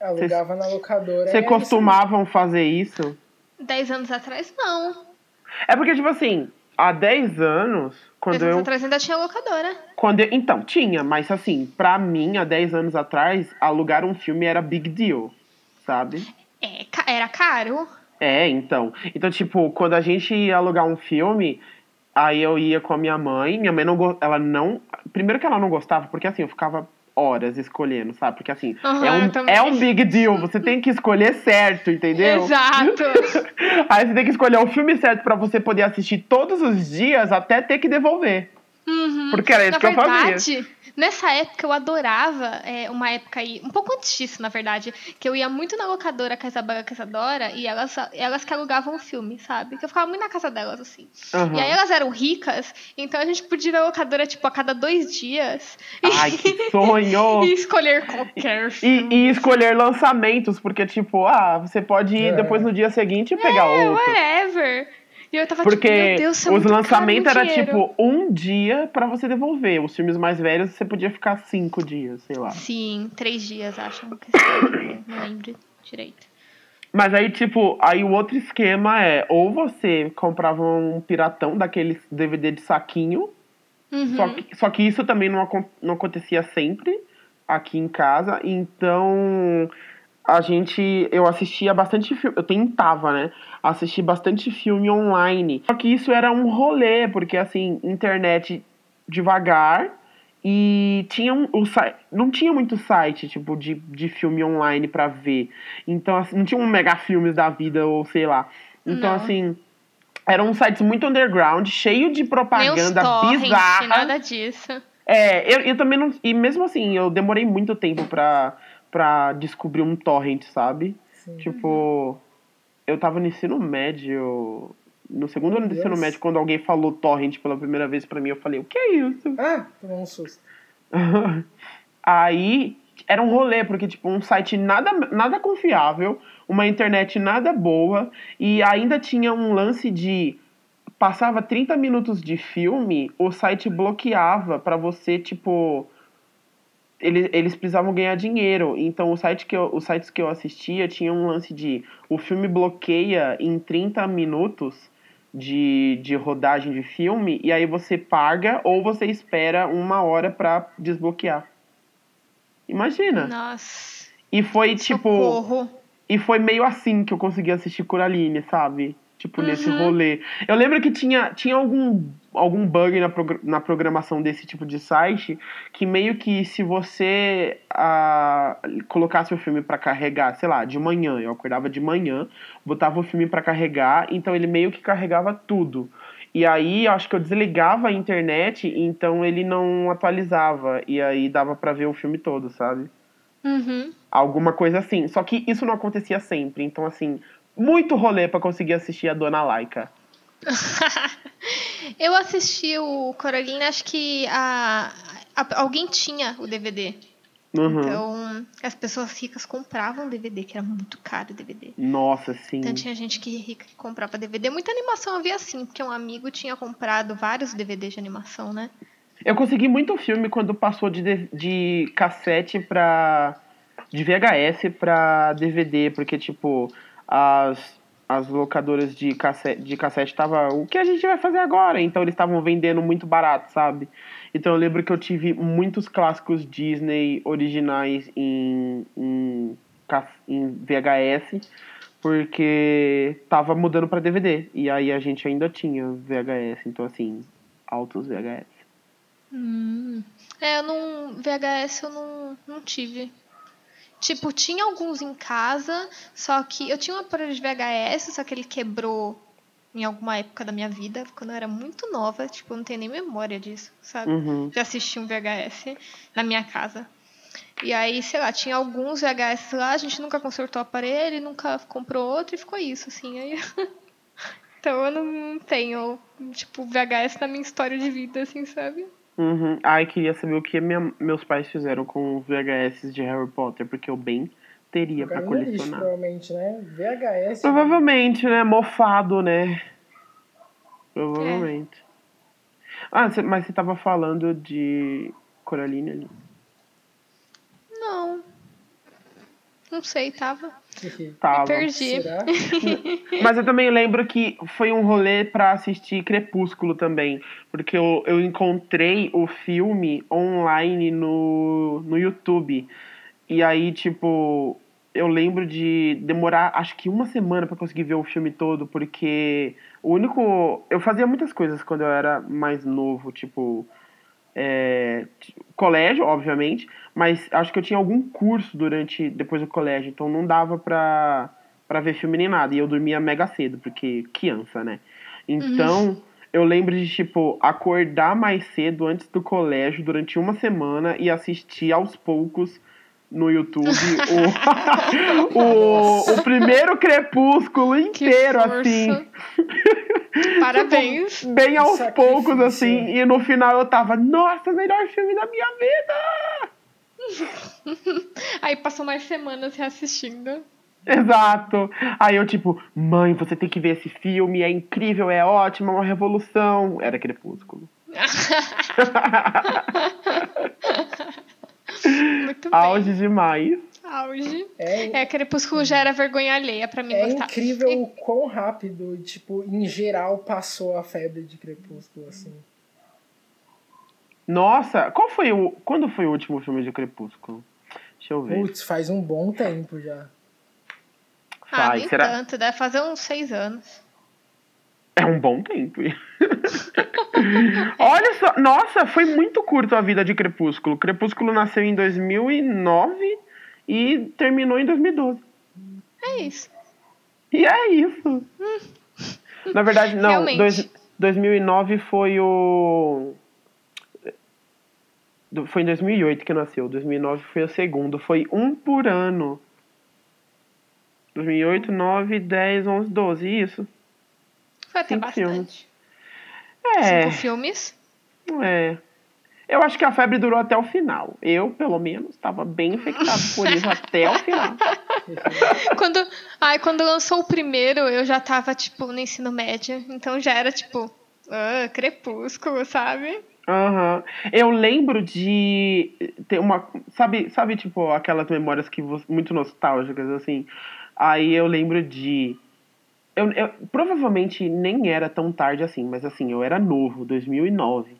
B: Alugava na locadora. é e
C: Vocês
B: aí
C: costumavam fazer isso?
A: 10 anos atrás, não.
C: É porque, tipo assim, há 10 anos, quando
A: anos
C: eu.
A: atrás ainda tinha locadora.
C: Quando eu- então, tinha, mas assim, pra mim, há 10 anos atrás, alugar um filme era big deal, sabe?
A: É, ca- era caro.
C: É, então. Então, tipo, quando a gente ia alugar um filme, aí eu ia com a minha mãe. Minha mãe não. go- Ela não. Primeiro que ela não gostava, porque assim, eu ficava horas escolhendo, sabe? Porque assim,
A: Aham,
C: é,
A: eu
C: um,
A: também.
C: é um big deal. Você tem que escolher certo, entendeu?
A: Exato.
C: Aí você tem que escolher o filme certo pra você poder assistir todos os dias até ter que devolver.
A: Uhum.
C: Porque era É isso
A: na
C: que eu fazia.
A: verdade, nessa época eu adorava é, uma época aí, um pouco antes disso, na verdade, que eu ia muito na locadora Casabaga Casadora e elas, elas que alugavam o filme, sabe? Que eu ficava muito na casa delas, assim.
C: Aham.
A: E aí elas eram ricas, então a gente podia ir na locadora, tipo, a cada dois dias e,
C: Ai, que sonho!
A: e escolher qualquer
C: E,
A: filme.
C: e escolher lançamentos, porque, tipo, ah, você pode
B: É.
C: ir depois no dia seguinte e pegar
A: É,
C: outro.
A: whatever. E eu tava tipo,
C: Porque
A: meu Deus, isso é
C: os
A: muito caro,
C: lançamentos
A: meu
C: era
A: dinheiro.
C: tipo um dia pra você devolver. Os filmes mais velhos você podia ficar cinco dias, sei lá.
A: Sim, três dias, acho. assim, né? Não lembro direito.
C: Mas aí, tipo, aí o outro esquema é ou você comprava um piratão daquele DVD de saquinho,
A: Uhum.
C: só, que, só que isso também não, acon- não acontecia sempre aqui em casa. Então a gente. Eu assistia bastante filme. Eu tentava, né? Assistir bastante filme online. Só que isso era um rolê, porque assim, internet devagar. E tinha um, o site, não tinha muito site, tipo, de, de filme online pra ver. Então, assim, não tinha um mega filmes da vida, ou sei lá. Então,
A: Não.
C: assim, eram sites muito underground, cheio de propaganda bizarra.
A: nada disso.
C: É, eu, eu também não. E mesmo assim, eu demorei muito tempo pra, pra descobrir um torrent, sabe?
B: Sim.
C: Tipo, eu tava no ensino médio. No segundo ano do ensino
B: Deus.
C: médio, quando alguém falou torrent pela primeira vez pra mim, eu falei, o que é isso?
B: Ah, tomou um susto.
C: Aí era um rolê, porque, tipo, um site nada, nada confiável, uma internet nada boa, e ainda tinha um lance de. Passava 30 minutos de filme, o site bloqueava pra você, tipo. Eles, eles precisavam ganhar dinheiro. Então, o site que eu, os sites que eu assistia tinha um lance de. O filme bloqueia em 30 minutos de, de rodagem de filme, e aí você paga ou você espera uma hora pra desbloquear. Imagina.
A: Nossa.
C: E foi tipo.
A: Socorro.
C: E foi meio assim que eu consegui assistir Coraline, sabe? Tipo, nesse
A: Uhum.
C: rolê. Eu lembro que tinha, tinha algum, algum bug na, progr- na programação desse tipo de site que meio que se você ah, colocasse o filme pra carregar, sei lá, de manhã, eu acordava de manhã, botava o filme pra carregar, então ele meio que carregava tudo. E aí, eu acho que eu desligava a internet, então ele não atualizava. E aí dava pra ver o filme todo, sabe?
A: Uhum.
C: alguma coisa assim. Só que isso não acontecia sempre. Então, assim, muito rolê pra conseguir assistir a Dona Laika.
A: Eu assisti o Coraline, acho que a, a- alguém tinha o DVD.
C: Uhum.
A: Então, as pessoas ricas compravam DVD, que era muito caro o DVD.
C: Nossa, sim.
A: Então tinha gente que rica que comprava DVD. Muita animação havia assim, porque um amigo tinha comprado vários DVDs de animação, né?
C: Eu consegui muito filme quando passou de, de, de cassete pra. de VHS pra DVD, porque, tipo, as. As locadoras de cassete, de cassete tava o que a gente vai fazer agora? Então eles estavam vendendo muito barato, sabe? Então eu lembro que eu tive muitos clássicos Disney originais em, em, ca- em VHS, porque tava mudando pra DVD. E aí a gente ainda tinha VHS, então assim, altos VHS.
A: Hum. É, eu não. VHS eu não, não tive. Tipo, tinha alguns em casa, só que eu tinha um aparelho de VHS, só que ele quebrou em alguma época da minha vida, quando eu era muito nova, tipo, eu não tenho nem memória disso, sabe?
C: Uhum.
A: de assistir um VHS na minha casa. E aí, sei lá, tinha alguns VHS lá, a gente nunca consertou o aparelho, nunca comprou outro e ficou isso, assim. Aí... então eu não tenho, tipo, VHS na minha história de vida, assim, sabe?
C: Uhum. Ai, queria saber o que minha- meus pais fizeram com os VHS de Harry Potter, porque eu bem teria pra
B: Jogaram no lixo,
C: colecionar.
B: provavelmente, né? VHS.
C: Provavelmente, né? Mofado, né? Provavelmente. Ah, cê- mas você tava falando de Coraline ali.
A: Não. Não sei, tava.
C: Tava.
A: Me perdi.
B: Será?
C: Mas eu também lembro que foi um rolê pra assistir Crepúsculo também. Porque eu, eu encontrei o filme online no, no YouTube. E aí, tipo, eu lembro de demorar acho que uma semana pra conseguir ver o filme todo, porque o único. Eu fazia muitas coisas quando eu era mais novo, tipo. é, t- colégio, obviamente, mas acho que eu tinha algum curso durante depois do colégio, então não dava pra, pra ver filme nem nada. E eu dormia mega cedo, porque criança, né? Então, eu lembro de, tipo, acordar mais cedo antes do colégio durante uma semana e assistir aos poucos no YouTube o, o, o primeiro crepúsculo
A: Que
C: inteiro,
A: força.
C: assim.
A: Parabéns.
C: Tipo, Bem aos
B: Sacrifício.
C: poucos, assim, e no final eu tava, nossa, melhor filme da minha vida!
A: Aí passou mais semanas reassistindo.
C: Exato. Aí eu, tipo, mãe, você tem que ver esse filme, é incrível, é ótimo, é uma revolução. Era Crepúsculo.
A: Muito bem.
C: Auge demais.
A: Auge.
B: É,
A: É, Crepúsculo já era vergonha alheia pra mim
B: é
A: gostar.
B: incrível o quão rápido, tipo, em geral passou a febre de Crepúsculo, assim.
C: Nossa, qual foi o. Quando foi o último filme de Crepúsculo? Deixa eu ver.
B: Putz, faz um bom tempo já.
A: Ah,
C: Vai,
A: nem
C: será-
A: tanto, deve fazer uns seis anos.
C: É um bom tempo. Olha só, nossa, foi muito curto a vida de Crepúsculo. Crepúsculo nasceu em 2009 e terminou em 2012.
A: É isso.
C: E é isso. Na verdade, não.
A: Hum. Realmente.
C: dois- 2009 foi o. do- Foi em 2008 que nasceu. 2009 foi o segundo. Foi um por ano. 2008, 9, 10, 11, 12. Isso.
A: Foi até
C: Cinco
A: bastante.
C: É.
A: Cinco filmes.
C: É. Eu acho que a febre durou até o final. Eu, pelo menos, estava bem infectado por isso até o final.
A: Quando, ai, quando lançou o primeiro, eu já tava, tipo, no ensino médio. Então já era, tipo, ah, crepúsculo, sabe?
C: Aham. Eu lembro de ter uma. Sabe, sabe tipo, aquelas memórias que você, muito nostálgicas, assim. Aí eu lembro de. Eu, eu provavelmente nem era tão tarde assim, mas assim, eu era novo, 2009.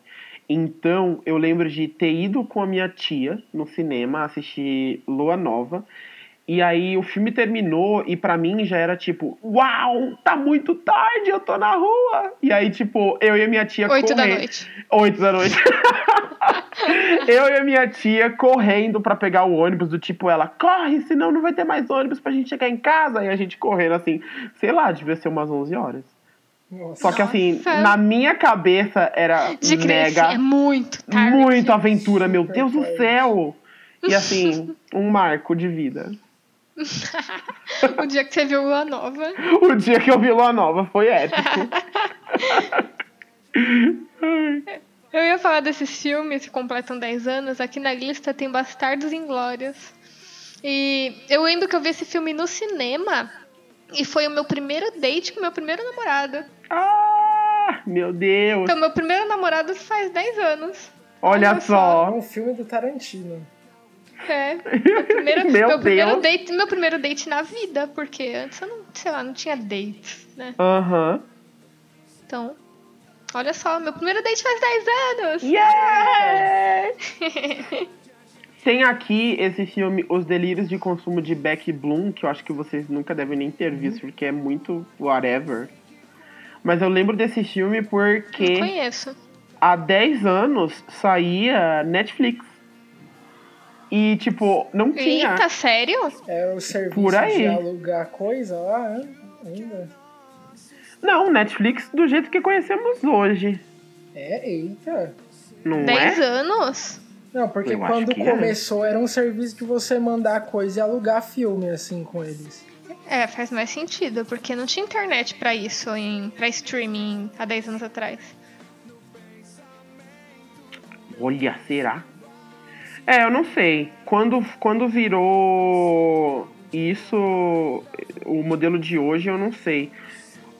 C: Então, eu lembro de ter ido com a minha tia no cinema assistir Lua Nova. E aí o filme terminou e pra mim já era tipo, uau, tá muito tarde, eu tô na rua. E aí, tipo, eu e a minha tia
A: Oito da
C: correndo-
A: noite.
C: oito da noite. eu e a minha tia correndo pra pegar o ônibus, do tipo, ela corre, senão não vai ter mais ônibus pra gente chegar em casa. E a gente correndo assim, sei lá, devia ser umas 11 horas.
B: Nossa.
C: Só que assim,
A: Nossa.
C: na minha cabeça era
A: De criança, é
C: mega,
A: muito tarde.
C: muito aventura, meu
B: Super
C: Deus do
B: tarde.
C: céu. E assim, um marco de vida.
A: O dia que você viu Lua Nova.
C: O dia que eu vi Lua Nova foi épico.
A: Eu ia falar desses filmes que completam 10 anos. Aqui na lista tem Bastardos Inglórios. E eu lembro que eu vi esse filme no cinema. E foi o meu primeiro date com o meu primeiro namorado.
C: Ah, meu Deus.
A: Então, meu primeiro namorado faz 10 anos.
C: Olha
A: olha
B: É
C: só.
B: um filme do Tarantino.
A: É. Meu primeiro,
C: Meu
A: meu primeiro
C: Deus.
A: date, meu primeiro date na vida, porque antes eu não, sei lá, não tinha date, né?
C: Aham.
A: Então, olha só, meu primeiro date faz 10 anos.
C: Yeah! Tem aqui esse filme Os Delírios de Consumo de Beck Bloom, que eu acho que vocês nunca devem nem ter visto, porque é muito whatever. Mas eu lembro desse filme
A: Não
C: porque
A: conheço.
C: há 10 anos saía Netflix. E, tipo, não tinha.
A: Eita, sério?
B: É o serviço
C: Por aí.
B: de alugar coisa lá, né? Ainda.
C: Não, Netflix do jeito que conhecemos hoje.
B: É, eita.
C: Não
A: 10
C: é?
A: anos?
B: Não, porque
C: Eu acho
B: quando
C: que é.
B: começou era um serviço de você mandar coisa e alugar filme, assim, com eles.
A: É, faz mais sentido, porque não tinha internet pra isso, em, pra streaming há 10 anos atrás.
C: Olha, será? É, eu não sei. Quando, quando virou isso, o modelo de hoje, eu não sei.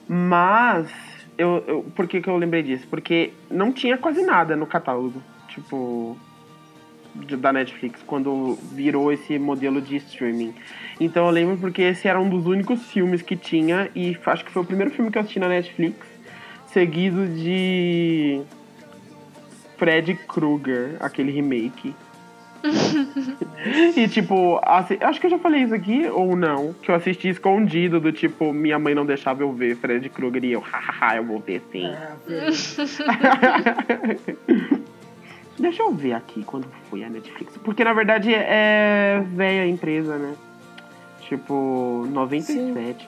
C: Mas, eu, eu- por que, que eu lembrei disso? Porque não tinha quase nada no catálogo. Tipo, de- da Netflix quando virou esse modelo de streaming. Então eu lembro porque esse era um dos únicos filmes que tinha e f- acho que foi o primeiro filme que eu assisti na Netflix, seguido de Fred Krueger, aquele remake. e tipo, assi- acho que eu já falei isso aqui ou não, que eu assisti escondido do tipo, minha mãe não deixava eu ver Fred Krueger e eu, hahaha, eu vou ver sim.
B: Ah, velho.
C: Deixa eu ver aqui quando foi a Netflix. Porque na verdade é velha a empresa, né? Tipo, 97.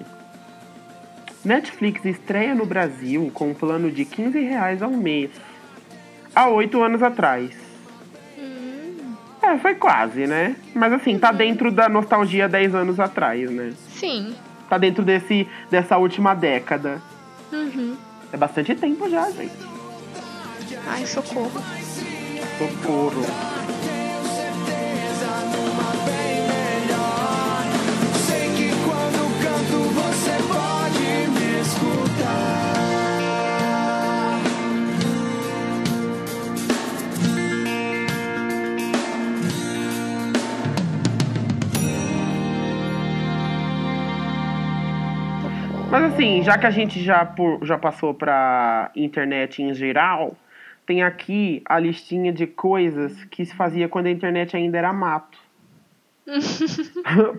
C: Netflix estreia no Brasil com um plano de 15 reais ao mês. Há oito anos atrás. É, foi quase, né? Mas assim, tá dentro da nostalgia 10 anos atrás, né?
A: Sim.
C: Tá dentro desse, dessa última década.
A: Uhum.
C: É bastante tempo já, gente.
A: Ai, socorro.
C: Socorro.
E: Sei que quando canto você pode me escutar.
C: Mas assim, já que a gente já, por- já passou pra internet em geral, tem aqui a listinha de coisas que se fazia quando a internet ainda era mato.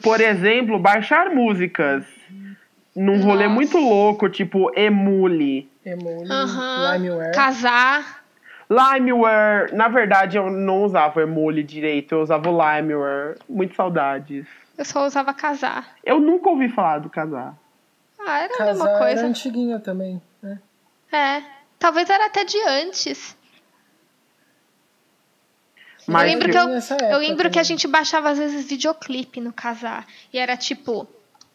C: por exemplo, baixar músicas. Num rolê
A: Nossa.
C: muito louco, tipo Emule.
B: Emule,
A: Aham.
B: Limeware.
A: Casar. é
C: Limeware, na verdade eu não usava o Emule direito, eu usava o Limeware. Muito saudades.
A: Eu só usava casar.
C: Eu nunca ouvi falar do casar.
A: Ah, era a mesma
B: Casar
A: coisa.
B: era antiguinho também, né?
A: É. Talvez era até de antes.
C: Mas
A: eu lembro,
C: eu-
A: que, eu,
B: Nessa
A: eu
B: época
A: lembro que a
B: também.
A: gente baixava às vezes videoclipe no casar. E era tipo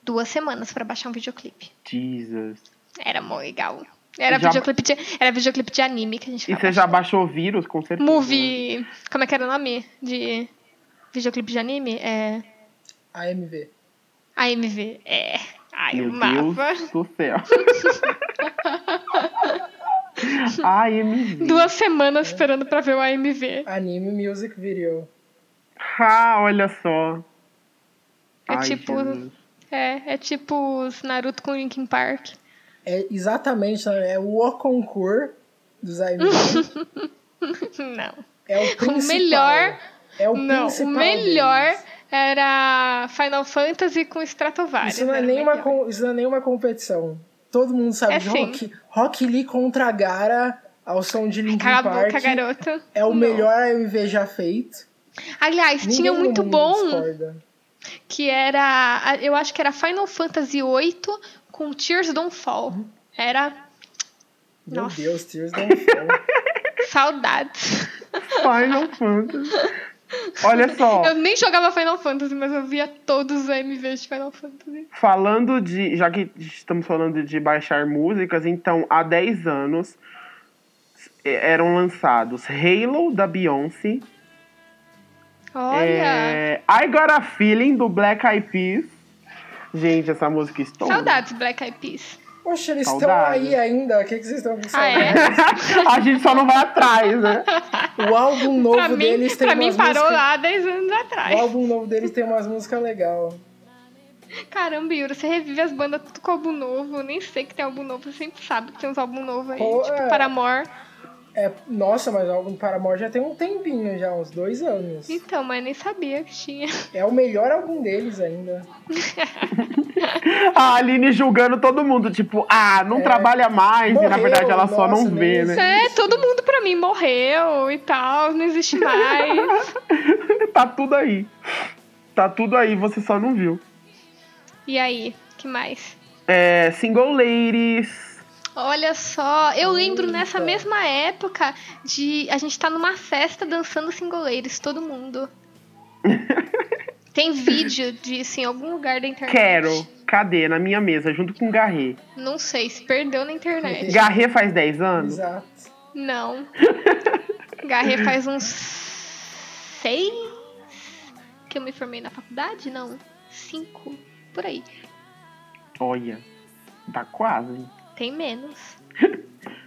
A: duas semanas pra baixar um videoclipe.
C: Jesus.
A: Era mó legal. Era,
C: Já-
A: videoclipe de, era videoclipe de anime que a gente
C: E
A: ficava
C: você já baixou vírus, com certeza. né?
A: Movie. Como é que era o nome? De videoclipe de anime? É.
B: AMV.
A: AMV. É. Ai,
C: Meu
A: eu amava.
C: Deus do céu. AMV.
A: Duas semanas esperando pra ver o AMV.
B: Anime Music Video.
C: Ah, olha só.
A: É tipo-
C: Jesus.
A: É, é tipo os Naruto com Linkin Park.
B: É exatamente, é o O Concur dos AMV.
A: Não.
B: é o principal.
A: melhor-
B: É o
A: não, o
B: principal
A: melhor
B: deles.
A: era Final Fantasy com Stratovarius.
B: Isso não, é
A: era o
B: nem uma,
A: melhor.
B: com- isso não é nem uma competição. Todo mundo sabe
A: É
B: de
A: sim.
B: rock. Rock Lee contra Gara ao som de Linkin
A: Cala a
B: Park.
A: boca, garoto.
B: É o
A: Não.
B: melhor AMV já feito.
A: Aliás,
B: Ninguém
A: tinha um
B: no
A: muito
B: mundo
A: bom
B: discorda.
A: que era. a- Eu acho que era Final Fantasy VIII com Tears Don't Fall.
B: Uhum.
A: Era.
B: Meu
A: Nossa.
B: Deus, Tears Don't Fall.
A: Saudades.
C: Final Fantasy. Olha só,
A: Eu nem jogava Final Fantasy, mas eu via todos os AMVs de Final Fantasy.
C: falando de. Já que estamos falando de baixar músicas, então há 10 anos eh, eram lançados Halo da Beyoncé,
A: Olha.
C: É, I Got a Feeling do Black Eyed Peas. Gente, essa música estou.
A: Saudades, Black Eyed Peas.
B: Poxa, eles estão
C: Saudade.
B: aí ainda. O que, que vocês estão com
A: Ah,
B: saudade?
A: é?
C: a gente só não vai atrás, né?
B: O álbum novo
A: pra mim,
B: deles tem
A: pra
B: umas
A: mim parou
B: músicas...
A: lá 10 anos
B: O
A: atrás.
B: álbum novo deles tem umas músicas legais.
A: Caramba, Yuri, você revive as bandas tudo com álbum novo. Eu nem sei que tem álbum novo, você sempre sabe que tem uns álbum novo aí.
B: Pô,
A: tipo,
B: é.
A: Paramore.
B: É, nossa, mas o álbum Paramore já tem um tempinho já, uns dois anos.
A: Então, mas nem sabia que tinha.
B: É o melhor álbum deles ainda.
C: A Aline julgando todo mundo, tipo, ah, não trabalha mais. e na
B: É. Morreu,
C: verdade ela só não
B: nossa,
C: vê,
B: nem
C: né?
A: É, todo mundo pra mim morreu e tal, não existe mais.
C: tá tudo aí. Tá tudo aí, você só não viu.
A: e aí, que mais?
C: É, single Ladies.
A: Olha só, eu lembro nessa
B: Eita.
A: mesma época de a gente tá numa festa dançando singoleiros, todo mundo. Tem vídeo disso em algum lugar da internet.
C: Quero. Cadê? Na minha mesa, junto com Garré.
A: Não sei, se perdeu na internet.
C: Garré faz 10 anos?
B: Exato.
A: Não. Garré faz uns seis que eu me formei na faculdade? Não. Cinco. Por aí.
C: Olha, tá quase. hein?
A: Tem menos.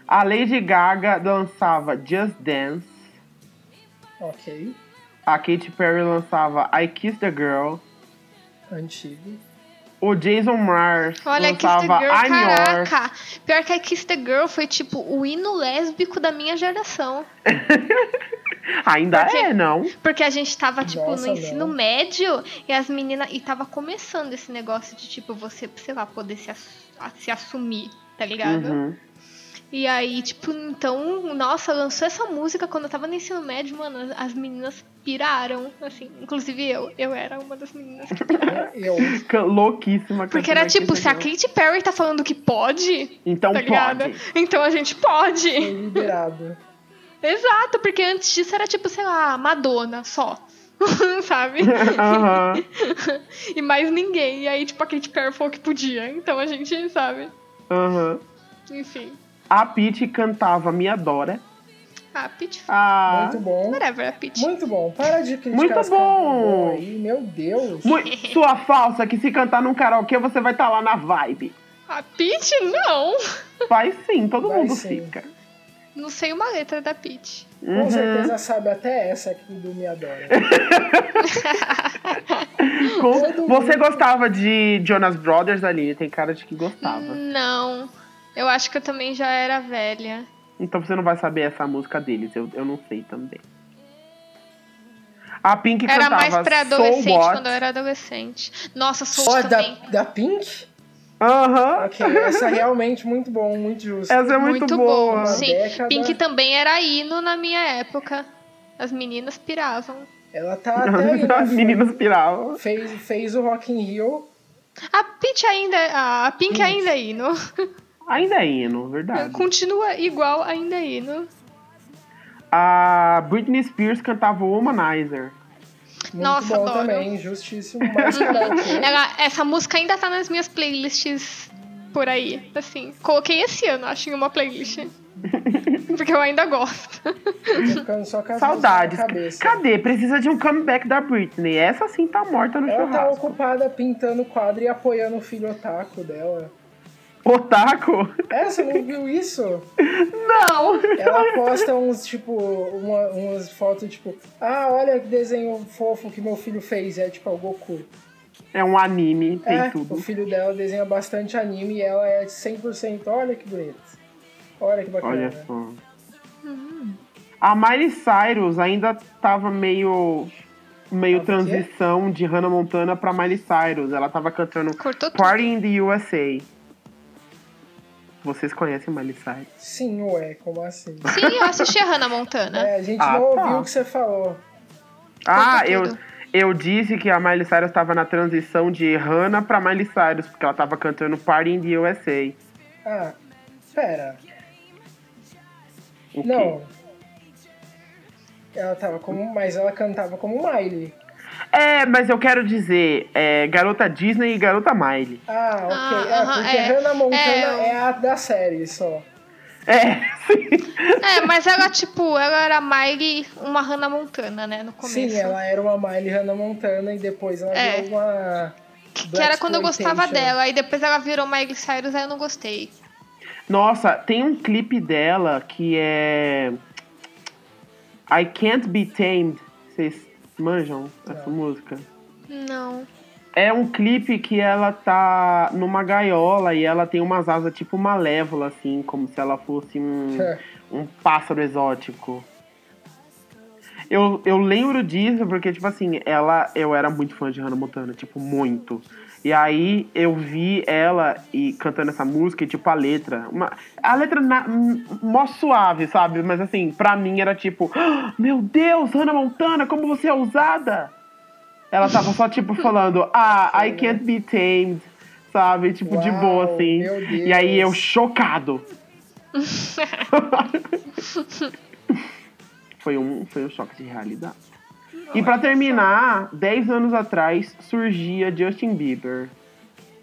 C: A Lady Gaga dançava Just Dance.
B: Ok.
C: a Katy Perry lançava I Kissed a Girl,
B: Antigo.
C: o Jason Mars
A: Olha, Kiss the
C: lançava
A: Girl,
C: I'm Yours.
A: caraca. Pior que a Kiss the Girl foi tipo o hino lésbico da minha geração.
C: Ainda
A: Porque-
C: é, não?
A: Porque a gente tava, tipo,
B: Nossa,
A: no ensino
B: não.
A: médio e as meninas. E tava começando esse negócio de, tipo, você, sei lá, poder se, ass- a- se assumir, tá ligado?
C: Uhum.
A: E aí, tipo, então, nossa, lançou essa música quando eu tava no ensino médio, mano, as- as meninas piraram, assim. Inclusive eu, eu era uma das meninas que pirou.
B: Eu.
C: Fica Louquíssima.
A: Porque
C: cantando
A: era
C: I
A: tipo,
C: Kissed
A: se a
C: Girl.
A: Katy Perry tá falando que pode,
C: Então
A: tá ligado?
C: pode.
A: Então a gente pode.
B: Foi liberado.
A: Exato, porque antes disso era tipo, sei lá, Madonna só. Sabe?
C: Aham.
A: e mais ninguém. E aí, tipo, a Katy Perry falou que podia. Então a gente, sabe?
C: Aham.
A: Enfim.
C: A Pete cantava Me Adora.
A: Ah, Pete.
C: A...
B: Muito bom.
A: Whatever, a Pete.
B: Muito bom. Para de criticar
C: Muito
B: as
C: bom.
B: cantoras aí. Meu Deus.
C: Mui- Sua falsa, que se cantar num karaokê você vai estar lá na vibe.
A: A Pete? Não!
C: Vai sim, todo
B: Vai
C: mundo
B: sim.
C: fica.
A: Não sei uma letra da Pete.
B: Com
C: Uhum.
B: certeza sabe até essa aqui do Me Adora.
C: Com-
B: Todo mundo.
C: Você gostava de Jonas Brothers ali? Tem cara de que
A: Hum.
C: gostava.
A: Não. Eu acho que eu também já era velha.
C: Então você não vai saber essa música deles, eu, eu não sei também. A Pink
A: Era
C: cantava
A: mais pra
C: so
A: adolescente
C: What.
A: quando eu era adolescente. Nossa, sou
B: Ó, da,
A: também.
B: da Pink?
C: Aham.
B: Ok, essa é realmente muito bom, muito justo.
C: Essa é muito, boa.
B: boa.
A: Sim,
B: Década.
A: Pink também era hino na minha época. As meninas piravam.
B: Ela tá até aí,
C: As
B: né?
C: meninas piravam.
B: fez, fez o Rock in Rio.
A: A Peach ainda, a Pink ainda é hino.
C: Ainda é hino, verdade.
A: Continua igual, ainda é hino.
C: A Britney Spears cantava Womanizer.
B: Muito
A: Nossa,
B: bom
A: adoro.
B: também, justíssimo. Mas karaokê.
A: Ela- essa música ainda tá nas minhas playlists por aí, assim. Coloquei esse ano, acho, em uma playlist. Porque eu ainda gosto.
B: Tô ficando só com as músicas
C: Saudades.
B: na é cabeça.
C: Cadê? Precisa de um comeback da Britney. Essa sim tá morta no
B: Ela tá
C: churrasco.
B: ocupada pintando o quadro e apoiando o filho otaku dela.
C: Otaku?
B: É, você não viu isso?
A: Não!
B: Ela posta uns, tipo, uma- umas fotos, tipo, ah, olha que desenho fofo que meu filho fez. É tipo, é o Goku.
C: É um anime, tem
B: É,
C: tudo.
B: o filho dela desenha bastante anime e ela é 100%. Olha que bonito. Olha que bacana.
C: Olha só.
B: Uhum.
C: A Miley Cyrus ainda tava meio meio
B: Tava o quê?
C: transição de Hannah Montana pra Miley Cyrus. Ela tava cantando
A: Cortou tudo.
C: Party in the USA. Vocês conhecem Miley Cyrus?
B: Sim, ué, como assim?
A: Sim, eu assisti a Hannah Montana.
B: É, a gente
C: Ah,
B: não
C: tá.
B: ouviu o que você falou.
C: Ah,
A: Conta
C: eu,
A: tudo.
C: eu disse que a Miley Cyrus tava na transição de Hannah pra Miley Cyrus, porque ela tava cantando Party in the USA.
B: Ah, pera.
C: O quê?
B: Não. Ela tava como. Mas ela cantava como Miley.
C: É, mas eu quero dizer, é, garota Disney e garota Miley.
B: Ah, ok.
A: Ah,
B: é,
A: aham,
B: porque
A: é.
B: Hannah Montana
A: É,
B: é,
A: eu-
B: a da série só.
C: É, sim.
A: É, mas ela, tipo, ela era Miley, uma Hannah Montana, né, no começo.
B: Sim, ela era uma Miley Hannah Montana e depois ela
A: É.
B: virou uma.
A: Que era quando eu gostava
B: Blaxploitation.
A: dela. Aí depois ela virou Miley Cyrus, aí eu não gostei.
C: Nossa, tem um clipe dela que é. I Can't Be Tamed. Vocês manjam essa música?
A: Não.
C: É um clipe que ela tá numa gaiola e ela tem umas asas tipo malévola, assim, como se ela fosse um,
B: É.
C: um pássaro exótico. Eu, eu lembro disso porque, tipo assim, ela eu era muito fã de Hannah Montana, tipo, muito. E aí eu vi ela e cantando essa música e, tipo, a letra. Uma, a letra na, m- mó suave, sabe? Mas assim, pra mim era tipo, "Ah, meu Deus, Hannah Montana, como você é ousada! Ela tava só, tipo, falando, ah, I can't be tamed, sabe? Tipo, de
B: Uau,
C: boa, assim.
B: meu
C: E aí eu
B: Deus.
C: chocado. foi, um, foi um choque de realidade. E pra terminar, 10 anos atrás surgia Justin Bieber.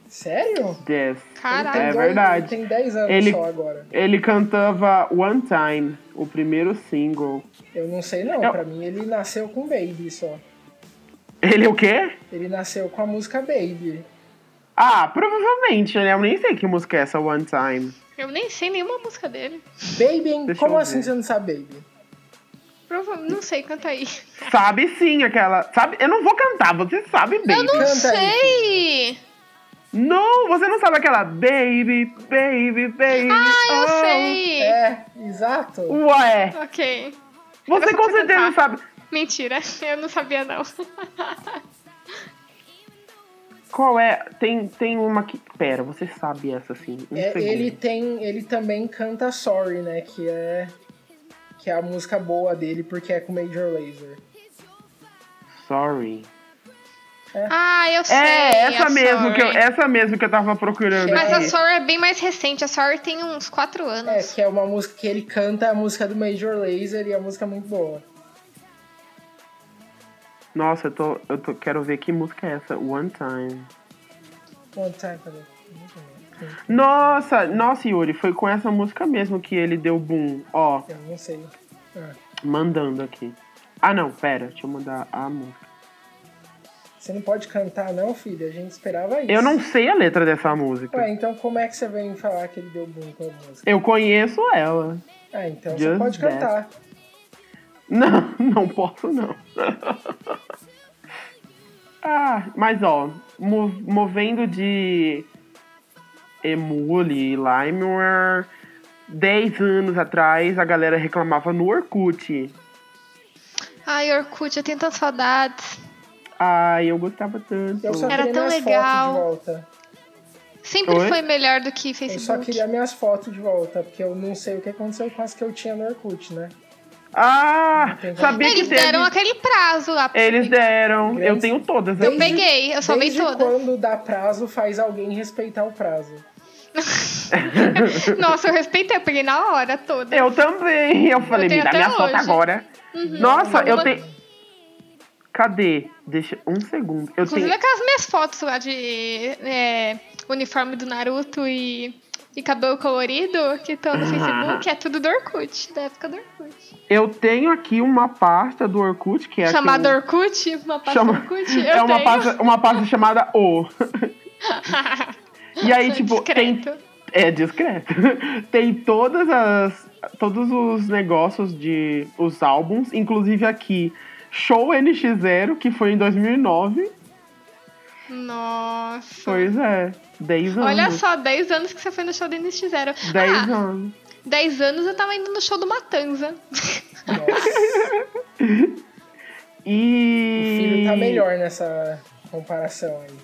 B: Sério?
C: Yes.
A: Caralho.
C: É
B: Tem dois-
C: verdade.
B: Tem 10 anos
C: Ele-
B: só agora.
C: Ele cantava One Time, o primeiro single.
B: Eu não sei não,
C: Eu-
B: pra mim ele nasceu com Baby só.
C: Ele o quê?
B: Ele nasceu com a música Baby.
C: Ah, provavelmente, né? Eu nem sei que música é essa, One Time.
A: Eu nem sei nenhuma música dele.
B: Baby,
C: Deixa
B: como
C: eu
B: assim
C: ver.
B: você não sabe Baby?
A: Prova- Não sei, canta aí.
C: Sabe sim aquela. Sabe? Eu não vou cantar, você sabe bem.
A: Eu não
B: Canta aí,
A: sei!
C: Não, você não sabe aquela baby, baby, baby.
A: Ah, eu
C: oh.
A: sei!
B: É, exato.
C: Hum, Ué,
A: Ok.
C: você
A: Eu
C: com
A: vou
C: certeza
A: cantar.
C: sabe.
A: Mentira, eu não sabia não.
C: Qual é? Tem, tem uma que. Pera, você sabe essa assim. Um
B: É,
C: segundo.
B: ele tem, ele também canta Sorry, né? Que é que é a música boa dele porque é com Major Lazer.
C: Sorry.
A: Ah, eu sei.
C: É, essa
A: a
C: mesmo,
A: Sorry.
C: que eu, é essa mesmo que eu tava procurando.
A: Mas
C: aqui.
A: a Sorry é bem mais recente. A Sorry tem uns 4
B: É,
A: anos.
B: que é uma música que ele canta é a música do Major Lazer e a música é muito boa.
C: Nossa, eu tô. Eu tô, quero ver que música é essa. One time.
B: One time é, cadê?
C: Nossa, nossa, Yuri, foi com essa música mesmo que ele deu boom. Ó,
B: Eu não sei. Ah,
C: mandando aqui. Ah não, pera, deixa eu mandar a música.
B: você não pode cantar não, filho. A gente esperava isso.
C: Eu não sei a letra dessa música.
B: Ué, então como é que você vem falar que ele deu boom com a música?
C: Eu conheço ela.
B: Ah, então você
C: Just
B: pode
C: that.
B: cantar.
C: Não, não posso não. ah, mas ó, mo- movendo de Emule, Limeware, 10 anos atrás a galera reclamava no Orkut. É.
A: Ai, Orkut, eu tenho tantas saudades.
C: Ai, eu gostava tanto.
B: Eu só
A: Era
B: queria
A: tão
B: minhas
A: legal.
B: fotos de volta.
A: Sempre
C: Oi?
A: foi melhor do que
B: Eu só
A: Facebook.
B: queria minhas fotos de volta, porque eu não sei o que aconteceu com as que eu tinha no Orkut, né?
C: Ah, sabia
A: Eles
C: que teve...
A: deram aquele prazo lá.
C: Eles deram. Eu
B: Grandes-
C: tenho todas. né?
A: Eu
C: aqui.
A: peguei, eu salvei
B: Desde
A: todas.
B: quando dá prazo, faz alguém respeitar o prazo.
A: Nossa, eu respeitei, eu peguei na hora toda.
C: Eu também. Eu falei,
A: tenho
C: me dá
A: até
C: minha foto
A: hoje. Uhum.
C: agora. Nossa,
A: Eu
C: eu
A: vou-
C: tenho. Cadê? Deixa um segundo. Eu
A: Inclusive
C: tenho.
A: aquelas minhas fotos lá de é, uniforme do Naruto e, e cabelo colorido que estão no Facebook, é tudo do Orkut, da época do Orkut.
C: Eu tenho aqui uma pasta do Orkut, que é. aquele-
A: Chamada Orkut, uma pasta
C: Chama-
A: Orkut, eu
C: É uma
A: tenho.
C: pasta, uma pasta chamada O. E aí,
A: Sou
C: tipo, tem-
A: discreto.
C: É discreto. Tem todas as. Todos os negócios de. Os álbuns, inclusive aqui. Show NX0, que foi em 2009.
A: Nossa.
C: Pois é. 10 anos.
A: Olha só, 10 anos que você foi no show do NX0.
C: 10
A: ah,
C: anos.
A: 10 anos eu tava indo no show do Matanza.
C: E.
B: O filho tá melhor nessa comparação aí.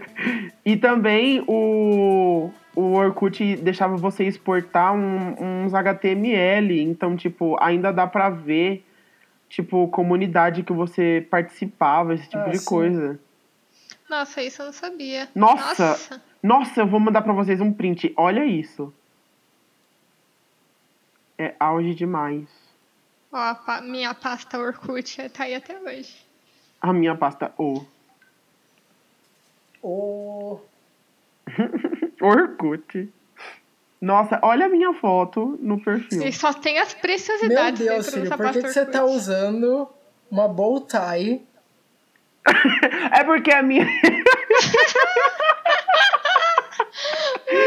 C: e também o, o Orkut deixava você exportar um- uns HTML, então, tipo, ainda dá pra ver, tipo, comunidade que você participava, esse tipo
B: Ah,
C: de
B: sim.
C: coisa.
A: Nossa, isso eu não sabia.
C: Nossa! Nossa! eu vou mandar pra vocês um print. Olha isso. É auge demais.
A: Ó, a pa- minha pasta Orkut tá aí até hoje.
C: A minha pasta O.
B: O...
C: Orkut. Nossa, olha a minha foto no perfil.
A: E só tem as
B: Meu
A: preciosidades
B: Deus,
A: dentro
B: filho,
A: dessa
B: por que,
A: pasta
B: que você tá
A: Orkut.
B: usando uma bow tie?
C: É porque a minha.
A: Meu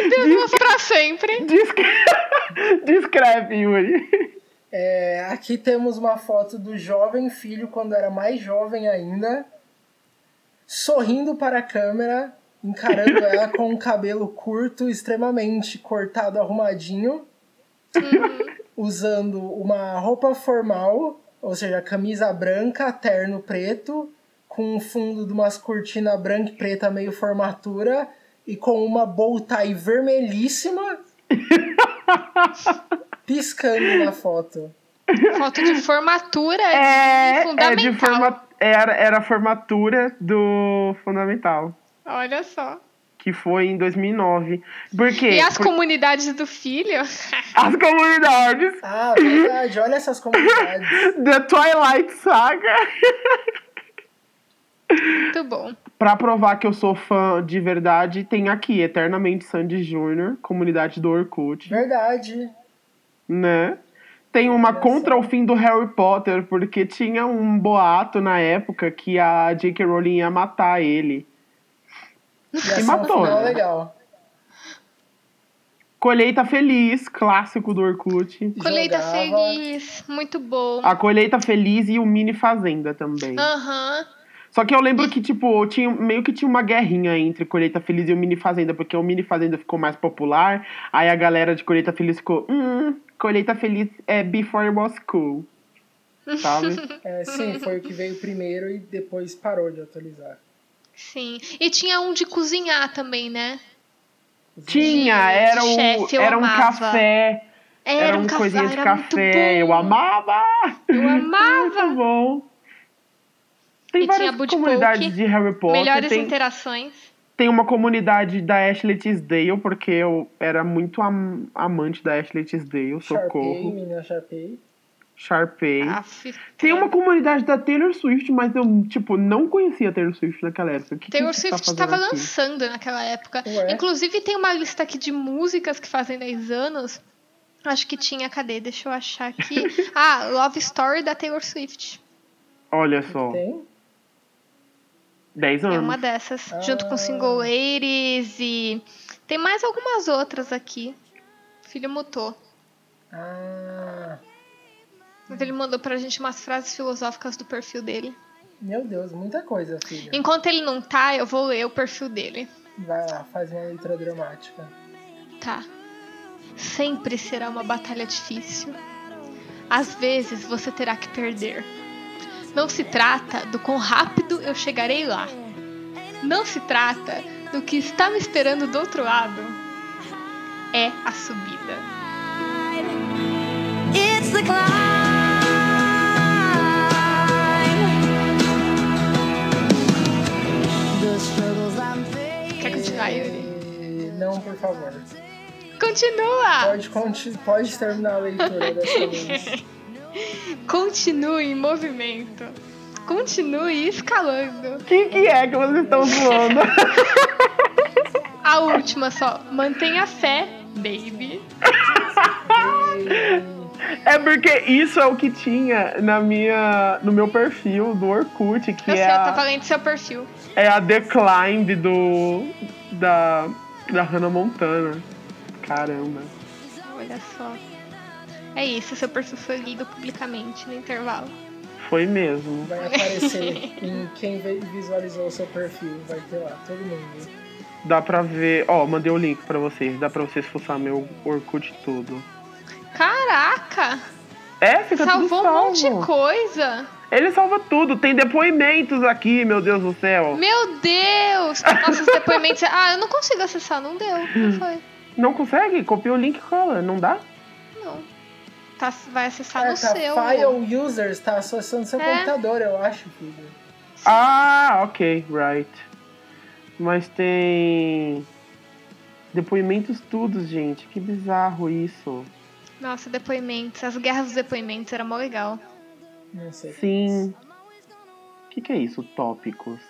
A: Deus, pra sempre.
C: Descre... Descreve, Yuri.
B: É, aqui temos uma foto do jovem filho, quando era mais jovem ainda, sorrindo para a câmera, encarando ela com o cabelo curto, extremamente cortado, arrumadinho, usando uma roupa formal, ou seja, camisa branca, terno preto, com um fundo de umas cortina branca e preta meio formatura, e com uma bow tie vermelhíssima, piscando na foto.
A: Foto de formatura
C: É,
A: e
C: é
A: fundamental.
C: de forma... era, era a formatura do Fundamental,
A: Olha só.
C: que foi em 2009. Por quê?
A: E as
C: Por-
A: comunidades do filho?
C: as comunidades
B: Ah, verdade. Olha essas comunidades.
C: da Twilight Saga.
A: Muito bom.
C: pra provar que eu sou fã de verdade, tem aqui Eternamente Sandy Jr., comunidade do Orkut,
B: Verdade.
C: né? Tem uma
B: Olha
C: contra
B: só.
C: o fim do Harry Potter, porque tinha um boato na época que a J.K. Rowling ia matar ele.
B: E
C: E
B: assim,
C: matou,
B: matou, final
C: né?
B: legal.
C: Colheita Feliz, clássico do Orkut.
A: Colheita
B: Jogava.
A: Feliz, muito bom.
C: A Colheita Feliz e o Mini Fazenda também.
A: Aham.
C: Só que eu lembro que, tipo, tinha, meio que tinha uma guerrinha entre Colheita Feliz e o Mini Fazenda, porque o Mini Fazenda ficou mais popular, aí a galera de Colheita Feliz ficou, hum, Colheita Feliz é Before It Was Cool. Sabe?
B: É, sim, foi o que veio primeiro e depois parou de atualizar.
A: Sim. E tinha um de cozinhar também, né?
C: tinha, era, o,
A: Chefe, eu
C: era um
A: amava.
C: café,
A: Era,
C: era,
A: um
C: um
A: cavalo,
C: coisinha de
A: era
C: café,
A: muito
C: eu
A: bom.
C: amava!
A: Eu amava.
C: Muito bom. Tem
A: E tinha
C: várias
A: Bud
C: comunidades
A: Poke,
C: de Harry Potter.
A: Melhores
C: tem-
A: interações.
C: tem uma comunidade da Ashley Tisdale, porque eu era muito am- amante da Ashley
B: Sharpay,
C: Tisdale, socorro.
B: menina Sharpay.
C: Sharpay.
A: Aff.
C: Tem uma comunidade da Taylor Swift, mas eu, tipo, não conhecia a Taylor Swift naquela época. O que que
A: Taylor
C: você
A: Swift
C: tá
A: estava
C: fazendo aqui? É.
A: lançando naquela época.
B: Ué.
A: Inclusive, tem uma lista aqui de músicas que fazem 10 anos. Acho que tinha, cadê? Deixa eu achar aqui. ah, Love Story da Taylor Swift.
C: Olha só,
B: Tem?
C: 10 anos.
A: É uma dessas. Junto
B: Ah.
A: com Single Ladies e. Tem mais algumas outras aqui. O filho mutou.
B: Ah,
A: Mas ele mandou pra gente umas frases filosóficas do perfil dele.
B: meu Deus, muita coisa, filha.
A: Enquanto ele não tá, eu vou ler o perfil dele.
B: Vai lá, faz uma leitura dramática.
A: Tá. Sempre será uma batalha difícil. Às vezes você terá que perder. Não se trata do quão rápido eu chegarei lá. Não se trata do que está me esperando do outro lado. É a subida.
F: It's the climb. The struggles I'm
A: Quer continuar, Yuri?
B: E... Não, por favor.
A: Continua!
B: Pode, conti- pode terminar a leitura dessa vez.
A: Continue em movimento. Continue escalando.
C: O que, que é que vocês estão zoando?
A: A última só. Mantenha a fé, baby.
C: é porque isso é o que tinha na minha, no meu perfil do Orkut, que
A: Eu sei,
C: é
A: eu
C: a,
A: tava lendo seu perfil.
C: é a Decline do, da, da Hannah Montana. Caramba.
A: Olha só. É isso, seu perfil foi lido publicamente no intervalo.
C: Foi mesmo.
B: Vai aparecer em quem vi- visualizou o seu perfil. Vai ter lá, todo mundo.
C: Dá pra ver. Ó, mandei o link pra vocês. Dá pra vocês fuçar meu Orkut todo.
A: Caraca!
C: É, fica
B: tá
A: salvou
C: tudo
A: um
C: salvo.
A: monte de coisa!
C: Ele salva tudo. Tem depoimentos aqui, meu Deus do céu.
A: Meu Deus! Nossa, os depoimentos. Ah, eu não consigo acessar, não deu. Não foi.
C: Não consegue? Copia o link e cola. Não dá?
A: Não. Tá, vai acessar
B: Ah,
A: no
B: tá,
A: seu.
B: File users, tá associando seu
A: É.
B: computador, eu acho, filho.
C: Ah, ok. Right. Mas tem. Depoimentos tudo, gente. Que bizarro isso.
A: Nossa, depoimentos. As guerras dos depoimentos era mó legal.
B: Não sei.
C: Sim. O que, que é isso? Tópicos.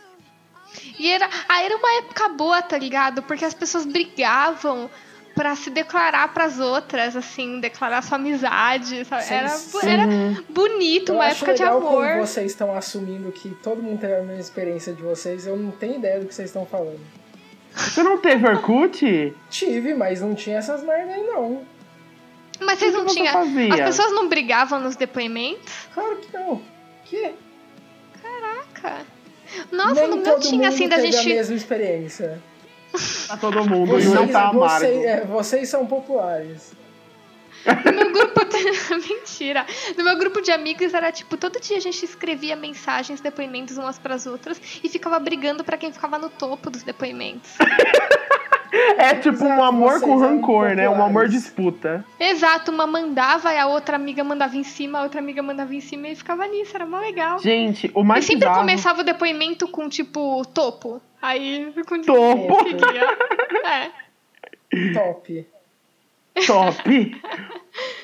A: E era, ah, era uma época boa, tá ligado? Porque as pessoas brigavam pra se declarar pras outras, assim, declarar sua amizade, sabe?
B: Sim,
A: Era,
B: sim.
A: era bonito,
B: Eu
A: uma
B: acho
A: época de
B: legal
A: amor.
B: Como vocês estão assumindo que todo mundo teve a mesma experiência de vocês, eu não tenho ideia do que vocês estão falando.
C: Você não teve Orkut?
B: Tive, mas não tinha essas merda aí, não.
A: Mas vocês
C: que
A: não
C: você
A: tinham.
C: fazia?
A: As pessoas não brigavam nos depoimentos?
B: Claro que não. Que?
A: Cara. Nossa,
B: Nem
A: no meu
B: todo mundo
A: tinha assim da
B: teve a
A: gente.
B: mesma experiência.
C: Tá todo mundo.
B: Vocês,
C: e não tá amargo.
B: vocês, é, vocês são populares.
A: No meu grupo. de- Mentira. No meu grupo de amigos era tipo, todo dia a gente escrevia mensagens, depoimentos umas pras outras e ficava brigando pra quem ficava no topo dos depoimentos.
C: É tipo um
B: Exato,
C: amor com
B: vocês eram
C: rancor, né? Um
B: populares.
C: amor disputa.
A: Exato, uma mandava e a outra amiga mandava em cima, a outra amiga mandava em cima e ficava nisso, era mó legal.
C: Gente, o mais
A: e sempre
C: bizarro...
A: começava o depoimento com, tipo, topo. Aí com
C: Topo.
A: seguia. É.
B: Top.
C: Top!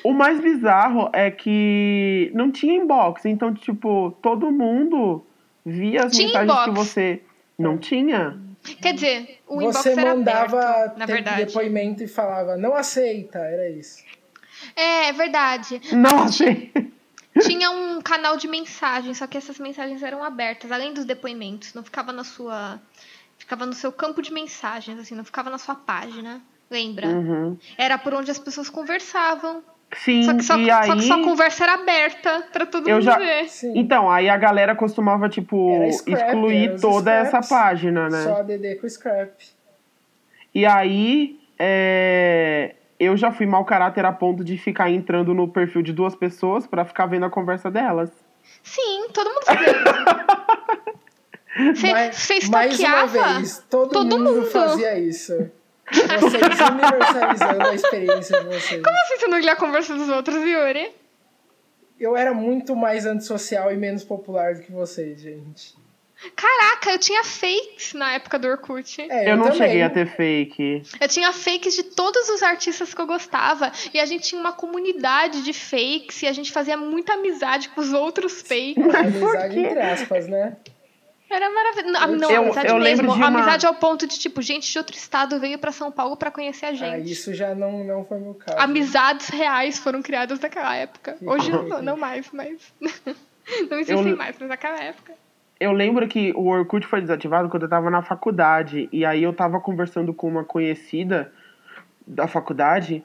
C: o mais bizarro é que não tinha inbox. Então, tipo, todo mundo via as
A: Tinha
C: mensagens que
A: inbox.
C: você... Não tinha?
A: Quer dizer, o inbox
B: Você
A: era
B: mandava
A: aberto, na
B: ter
A: verdade.
B: depoimento e falava, não aceita, era isso.
A: É, é verdade.
C: Nossa!
A: Tinha um canal de mensagens, só que essas mensagens eram abertas, além dos depoimentos, não ficava na sua ficava no seu campo de mensagens, assim, não ficava na sua página. Lembra?
C: Uhum.
A: Era por onde as pessoas conversavam.
C: Sim,
A: só, que só,
C: e
A: só que
C: aí.
A: só a conversa era aberta pra todo
C: Eu
A: mundo
C: já-
A: ver.
B: Sim.
C: Então, aí a galera costumava, tipo,
B: Era scrap, era
C: excluir
B: os
C: toda essa
B: scraps.
C: página, né?
B: Só a DD com scrap.
C: E aí, é, eu já fui mau caráter a ponto de ficar entrando no perfil de duas pessoas pra ficar vendo a conversa delas.
A: Sim, todo mundo fazia isso. Você-
B: Mas-
A: Você
B: mais uma
A: stalkeava?
B: vez, todo,
A: Todo
B: mundo,
A: mundo.
B: fazia isso. Vocês universalizando a experiência de vocês.
A: Como assim você não lia a conversa dos outros, Yuri?
B: Eu era muito mais antissocial e menos popular do que vocês, gente.
A: Caraca, eu tinha fakes na época do Orkut.
B: É,
C: Eu, não
B: também.
C: cheguei a ter fake.
A: Eu tinha fakes de todos os artistas que eu gostava. E a gente tinha uma comunidade de fakes e a gente fazia muita amizade com os outros fakes.
C: Por
B: Amizade
C: quê?
B: entre aspas, né?
A: Era maravilhoso. Não, não,
C: Eu-
A: amizade
C: eu lembro
A: mesmo.
C: de uma-
A: Amizade ao ponto de, tipo, gente de outro estado veio pra São Paulo pra conhecer a
B: Ah,
A: gente.
B: isso já não, não foi meu caso.
A: Amizades reais foram criadas naquela época.
B: Que
A: Hoje
B: doido.
A: não, não mais, mas. não existem
C: Eu-
A: mais, mas naquela época.
C: Eu lembro que o Orkut foi desativado quando eu tava na faculdade. E aí eu tava conversando com uma conhecida da faculdade.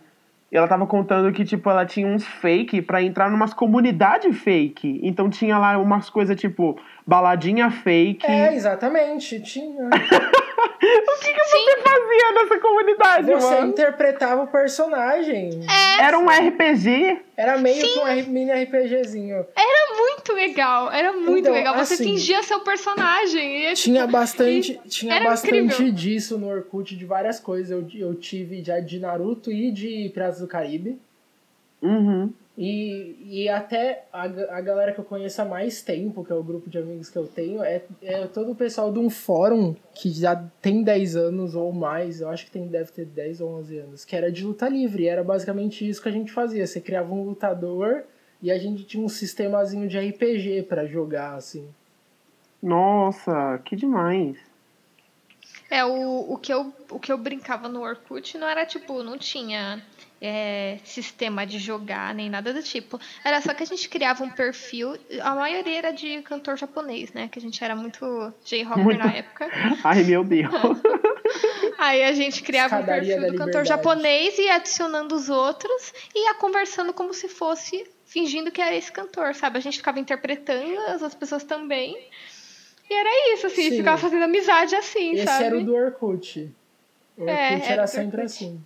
C: E ela tava contando que, tipo, ela tinha uns fake pra entrar numas comunidades fake. Então tinha lá umas coisas tipo baladinha fake.
B: É, exatamente, tinha.
A: Sim,
C: Fazia nessa comunidade,
B: Você
C: mano.
B: interpretava o personagem.
A: É,
C: Era um RPG.
B: Era meio que um R- mini RPGzinho.
A: era muito legal. Era muito
B: Então,
A: legal. Você
B: assim,
A: fingia seu personagem. E, é
B: Tinha bastante, tinha
A: era
B: bastante
A: incrível.
B: disso no Orkut, de várias coisas. Eu, eu tive já de Naruto e de Piratas do Caribe.
C: Uhum.
B: E, e até a, ga- a galera que eu conheço há mais tempo, que é o grupo de amigos que eu tenho, é, é todo o pessoal de um fórum que já tem 10 anos ou mais, eu acho que tem, deve ter 10 ou 11 anos, que era de luta livre. Era basicamente isso que a gente fazia. Você criava um lutador e a gente tinha um sistemazinho de RPG pra jogar, assim.
C: Nossa, que demais.
A: É, o, o, que eu, o que eu brincava no Orkut não era tipo, não tinha é, sistema de jogar nem nada do tipo. Era só que a gente criava um perfil, a maioria era de cantor japonês, né? Que a gente era muito J-Rocker
C: Muito.
A: na época.
C: Ai, meu Deus.
A: Aí a gente criava um
B: Escadaria
A: perfil do
B: da
A: cantor
B: liberdade.
A: japonês e ia adicionando os outros e ia conversando como se fosse, fingindo que era esse cantor, sabe? A gente ficava interpretando, as outras pessoas também. E era isso, assim,
B: Sim.
A: ficava fazendo amizade assim,
B: Esse
A: sabe?
B: era o do Orkut. O Orkut
A: É,
B: era,
A: era do
B: sempre
A: Orkut.
B: assim.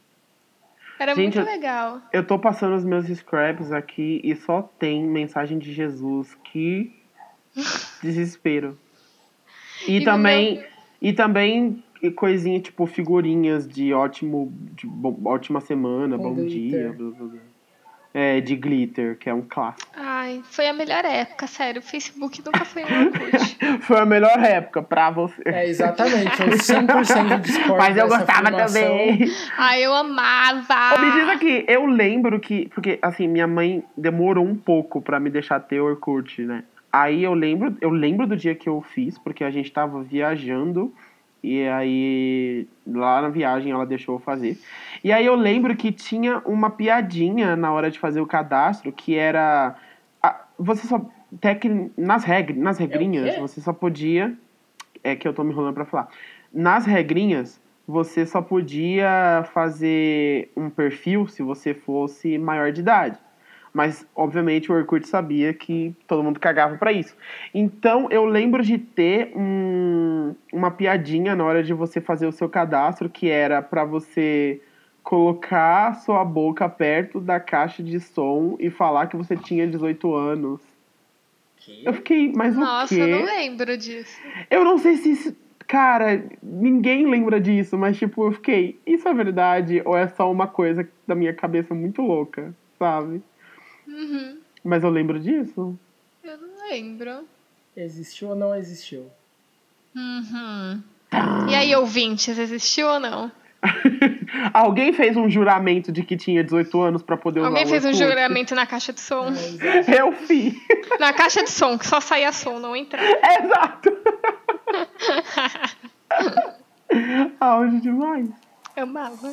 A: Era
C: Gente,
A: muito
C: eu-
A: legal.
C: Eu tô passando os meus scraps aqui e só tem mensagem de Jesus. Que desespero. E,
A: E no
C: também.
A: meu-
C: E também coisinha tipo figurinhas de ótimo. De bo- ótima semana,
B: Com
C: bom dia,
B: glitter.
C: blá, blá, blá. É, de glitter, que é um clássico.
A: Ai, foi a melhor época, sério. O Facebook nunca foi um Orkut.
C: Foi a melhor época pra você.
B: É, exatamente. Eu 100% discordo
C: Mas eu
B: dessa
C: gostava
B: afirmação.
C: também.
A: Ai, eu amava.
C: Ô, Me diz aqui, eu lembro que. Porque, assim, minha mãe demorou um pouco pra me deixar ter Orkut, né? Aí eu lembro, eu lembro do dia que eu fiz, porque a gente tava viajando. E aí, lá na viagem, ela deixou eu fazer. E aí eu lembro que tinha uma piadinha na hora de fazer o cadastro, que era. a- você só. Tecni, nas, regr, nas regrinhas,
B: quê?
C: você só podia. É que eu tô me enrolando pra falar. Nas regrinhas, você só podia fazer um perfil se você fosse maior de idade. Mas, obviamente, o Orkut sabia que todo mundo cagava pra isso. Então, eu lembro de ter um- uma piadinha na hora de você fazer o seu cadastro, que era pra você colocar sua boca perto da caixa de som e falar que você tinha 18 anos. Eu fiquei, mas o
A: Nossa,
C: quê?
A: eu não lembro disso.
C: Eu não sei se isso. Cara, ninguém lembra disso, mas tipo, eu fiquei, isso é verdade ou é só uma coisa da minha cabeça muito louca, sabe?
A: Uhum,
C: Mas eu lembro disso.
A: eu não lembro.
B: Existiu ou não existiu?
A: Uhum. E aí, ouvintes, existiu ou não?
C: Alguém fez um juramento de que tinha 18 anos pra poder usar
A: Alguém
C: o
A: fez um
C: Orkut?
A: juramento na caixa de som?
C: Eu fiz.
A: Na caixa de som, que só saía som, não entrava.
C: Exato. Auge demais.
A: Eu amava.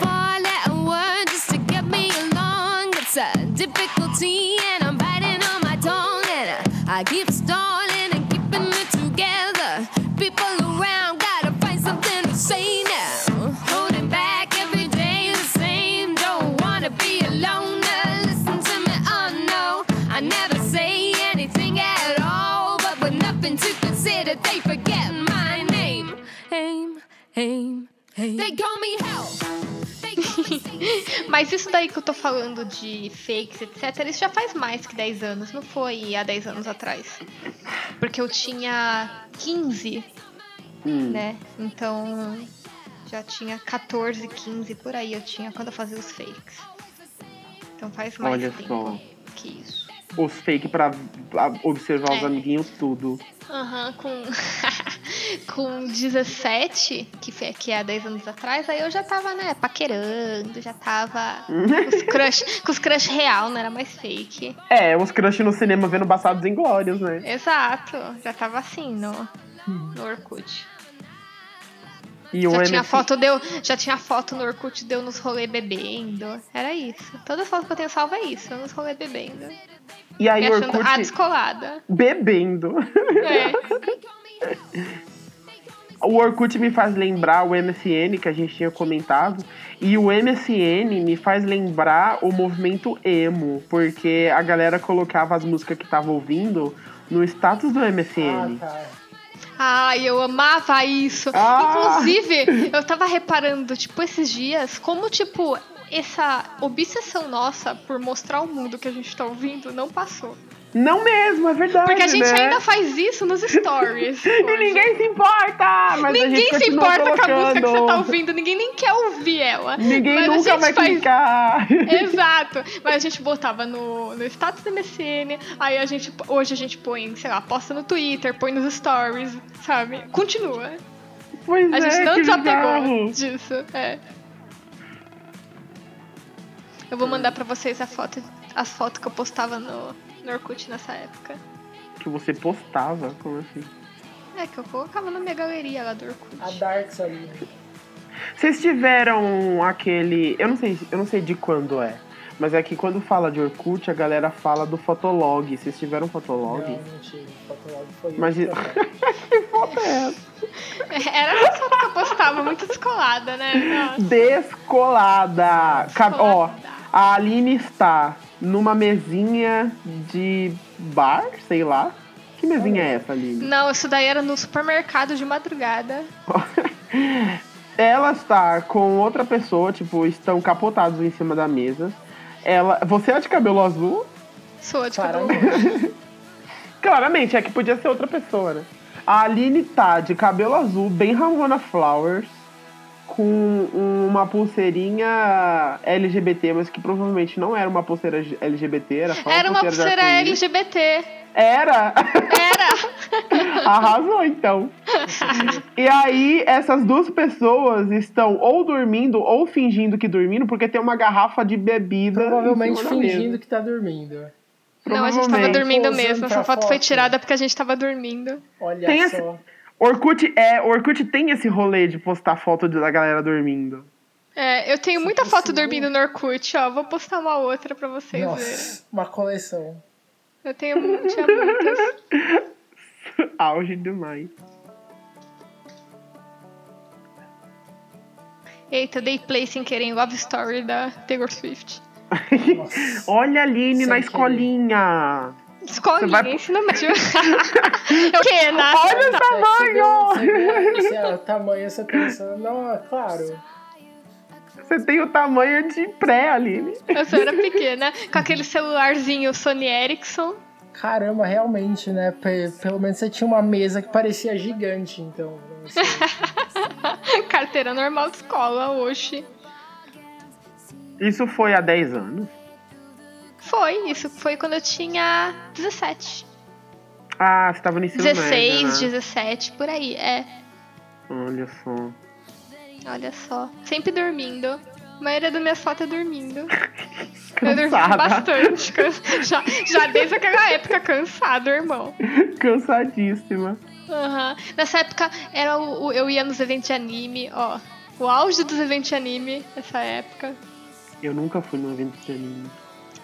D: Four letter word just to get me along. It's a difficulty, and I'm biting on my tongue, and I, I keep stalling. oh
A: Mas isso daí que eu tô falando de fakes, etc., isso já faz mais que 10 anos, não foi há 10 anos atrás. Porque eu tinha 15,
C: Hum.
A: né? Então já tinha 14, 15 por aí eu tinha quando eu fazia os fakes. Então faz mais
C: Olha
A: tempo que isso.
C: Os fake pra, pra observar os
A: É.
C: amiguinhos tudo.
A: Aham, com, com 17, que, foi, que é há 10 anos atrás, aí eu já tava, né, paquerando, já tava com os crush, com os crush real, não era mais fake.
C: É, os crush no cinema vendo Bastardos Inglórios, né?
A: Exato, já tava assim no, no Orkut.
C: E
A: Já
C: o
A: tinha,
C: MC
A: foto, deu, já tinha foto no Orkut, deu nos rolê bebendo, era isso. Todas as fotos que eu tenho salva é isso, eu nos rolê bebendo.
C: E aí
A: Me
C: o
A: achando
C: Orkut
A: a descolada.
C: bebendo.
A: É.
C: O Orkut me faz lembrar o MSN que a gente tinha comentado. E o MSN me faz lembrar o movimento emo. Porque a galera colocava as músicas que tava ouvindo no status do
B: Ah,
C: MSN.
B: tá.
A: Ai, eu amava isso.
C: Ah!
A: Inclusive, eu tava reparando, tipo, esses dias, como, tipo, essa obsessão nossa por mostrar o mundo que a gente tá ouvindo não passou.
C: Não mesmo, é verdade.
A: Porque a gente
C: né?
A: ainda faz isso nos stories.
C: E ninguém se importa! Mas a gente
A: Ninguém se
C: continua
A: importa com a música que você tá
C: colocando.
A: ouvindo, ninguém nem quer ouvir ela.
C: Ninguém
A: Mas a
C: nunca
A: gente
C: vai
A: faz-
C: clicar.
A: Exato. Mas a gente botava no, no status do MSN, aí a gente, hoje a gente põe, sei lá, posta no Twitter, põe nos stories, sabe? Continua.
C: Pois
A: A
C: é,
A: gente não
C: que
A: desapegou
C: bizarro.
A: disso. É. Eu vou mandar pra vocês a foto, as fotos que eu postava no, no Orkut nessa época.
C: Que você postava, como assim?
A: É, que eu colocava na minha galeria lá do Orkut.
B: A né? Darks ali.
C: Vocês tiveram aquele. Eu não sei, eu não sei de quando é. Mas é que quando fala de Orkut, a galera fala do Fotolog. Vocês tiveram Fotolog?
B: Não, mentira. O Fotolog foi
C: Mas-
B: outro.
A: Era a foto que eu postava, muito descolada, né? Nossa.
C: Descolada! Cab- Ó,
A: Descolada.
C: a Aline está numa mesinha de bar, sei lá. Que mesinha é essa, Aline?
A: Não, isso daí era no supermercado de madrugada.
C: Ela está com outra pessoa, tipo, estão capotados em cima da mesa. Ela, você é de cabelo azul?
A: Sou de
B: Para,
A: cabelo.
C: Claramente, é que podia ser outra pessoa, né? A Aline tá de cabelo azul, bem Ramona Flowers, com uma pulseirinha LGBT, mas que provavelmente não era uma pulseira LGBT, era só
A: Era uma pulseira
C: de arco-íris.
A: LGBT.
C: Era!
A: Era!
C: Arrasou, então. E aí, essas duas pessoas estão ou dormindo ou fingindo que dormindo, porque tem uma garrafa de bebida. em
B: Provavelmente
C: cima da mesa.
B: fingindo que tá dormindo.
A: Não, a gente tava
C: Provavelmente.
A: dormindo
B: Posando
A: mesmo.
B: pra
A: Essa foto foi
B: foto.
A: tirada porque a gente tava dormindo.
B: Olha
C: Tem esse-
B: só.
C: Orkut, é, Orkut tem esse rolê de postar foto de- da galera dormindo.
A: É, eu tenho muita foto dormindo no Orkut, ó. Vou postar uma outra pra vocês verem.
B: Nossa, uma coleção.
A: Eu tenho mu- tinha muitas.
C: Auge demais.
A: Eita, eu dei play sem querer em Love Story da Taylor Swift.
B: Nossa.
C: Olha a Aline
B: Sem
C: na
A: é
B: querer.
C: escolinha.
A: Escolinha,
C: Você vai-
A: ensino médio. eu que,
C: Olha
A: né?
C: o
B: Você vê, você
C: tamanho!
B: vê, sei lá, o tamanho, você pensa, não, é claro.
C: Você tem o tamanho de pré, Aline.
A: Eu só era pequena, com aquele celularzinho Sony Ericsson.
B: Caramba, realmente, né? Pe- Pelo menos você tinha uma mesa que parecia gigante, então. assim,
A: Carteira normal de escola, hoje.
C: Isso foi há 10 anos.
A: Foi, isso foi quando eu tinha 17.
C: Ah, você tava no ensino
A: 16,
C: médio, né?
A: 17, por aí. É,
C: Olha só.
A: Olha só. Sempre dormindo. A maioria das minhas fotos é dormindo. Eu dormi
C: Cansada.
A: bastante. cans- Já, já desde aquela época cansado, irmão.
C: Cansadíssima.
A: Aham. Nessa época era o, o- eu ia nos eventos de anime, ó. O auge dos eventos de anime, essa época.
C: Eu nunca fui num evento de anime.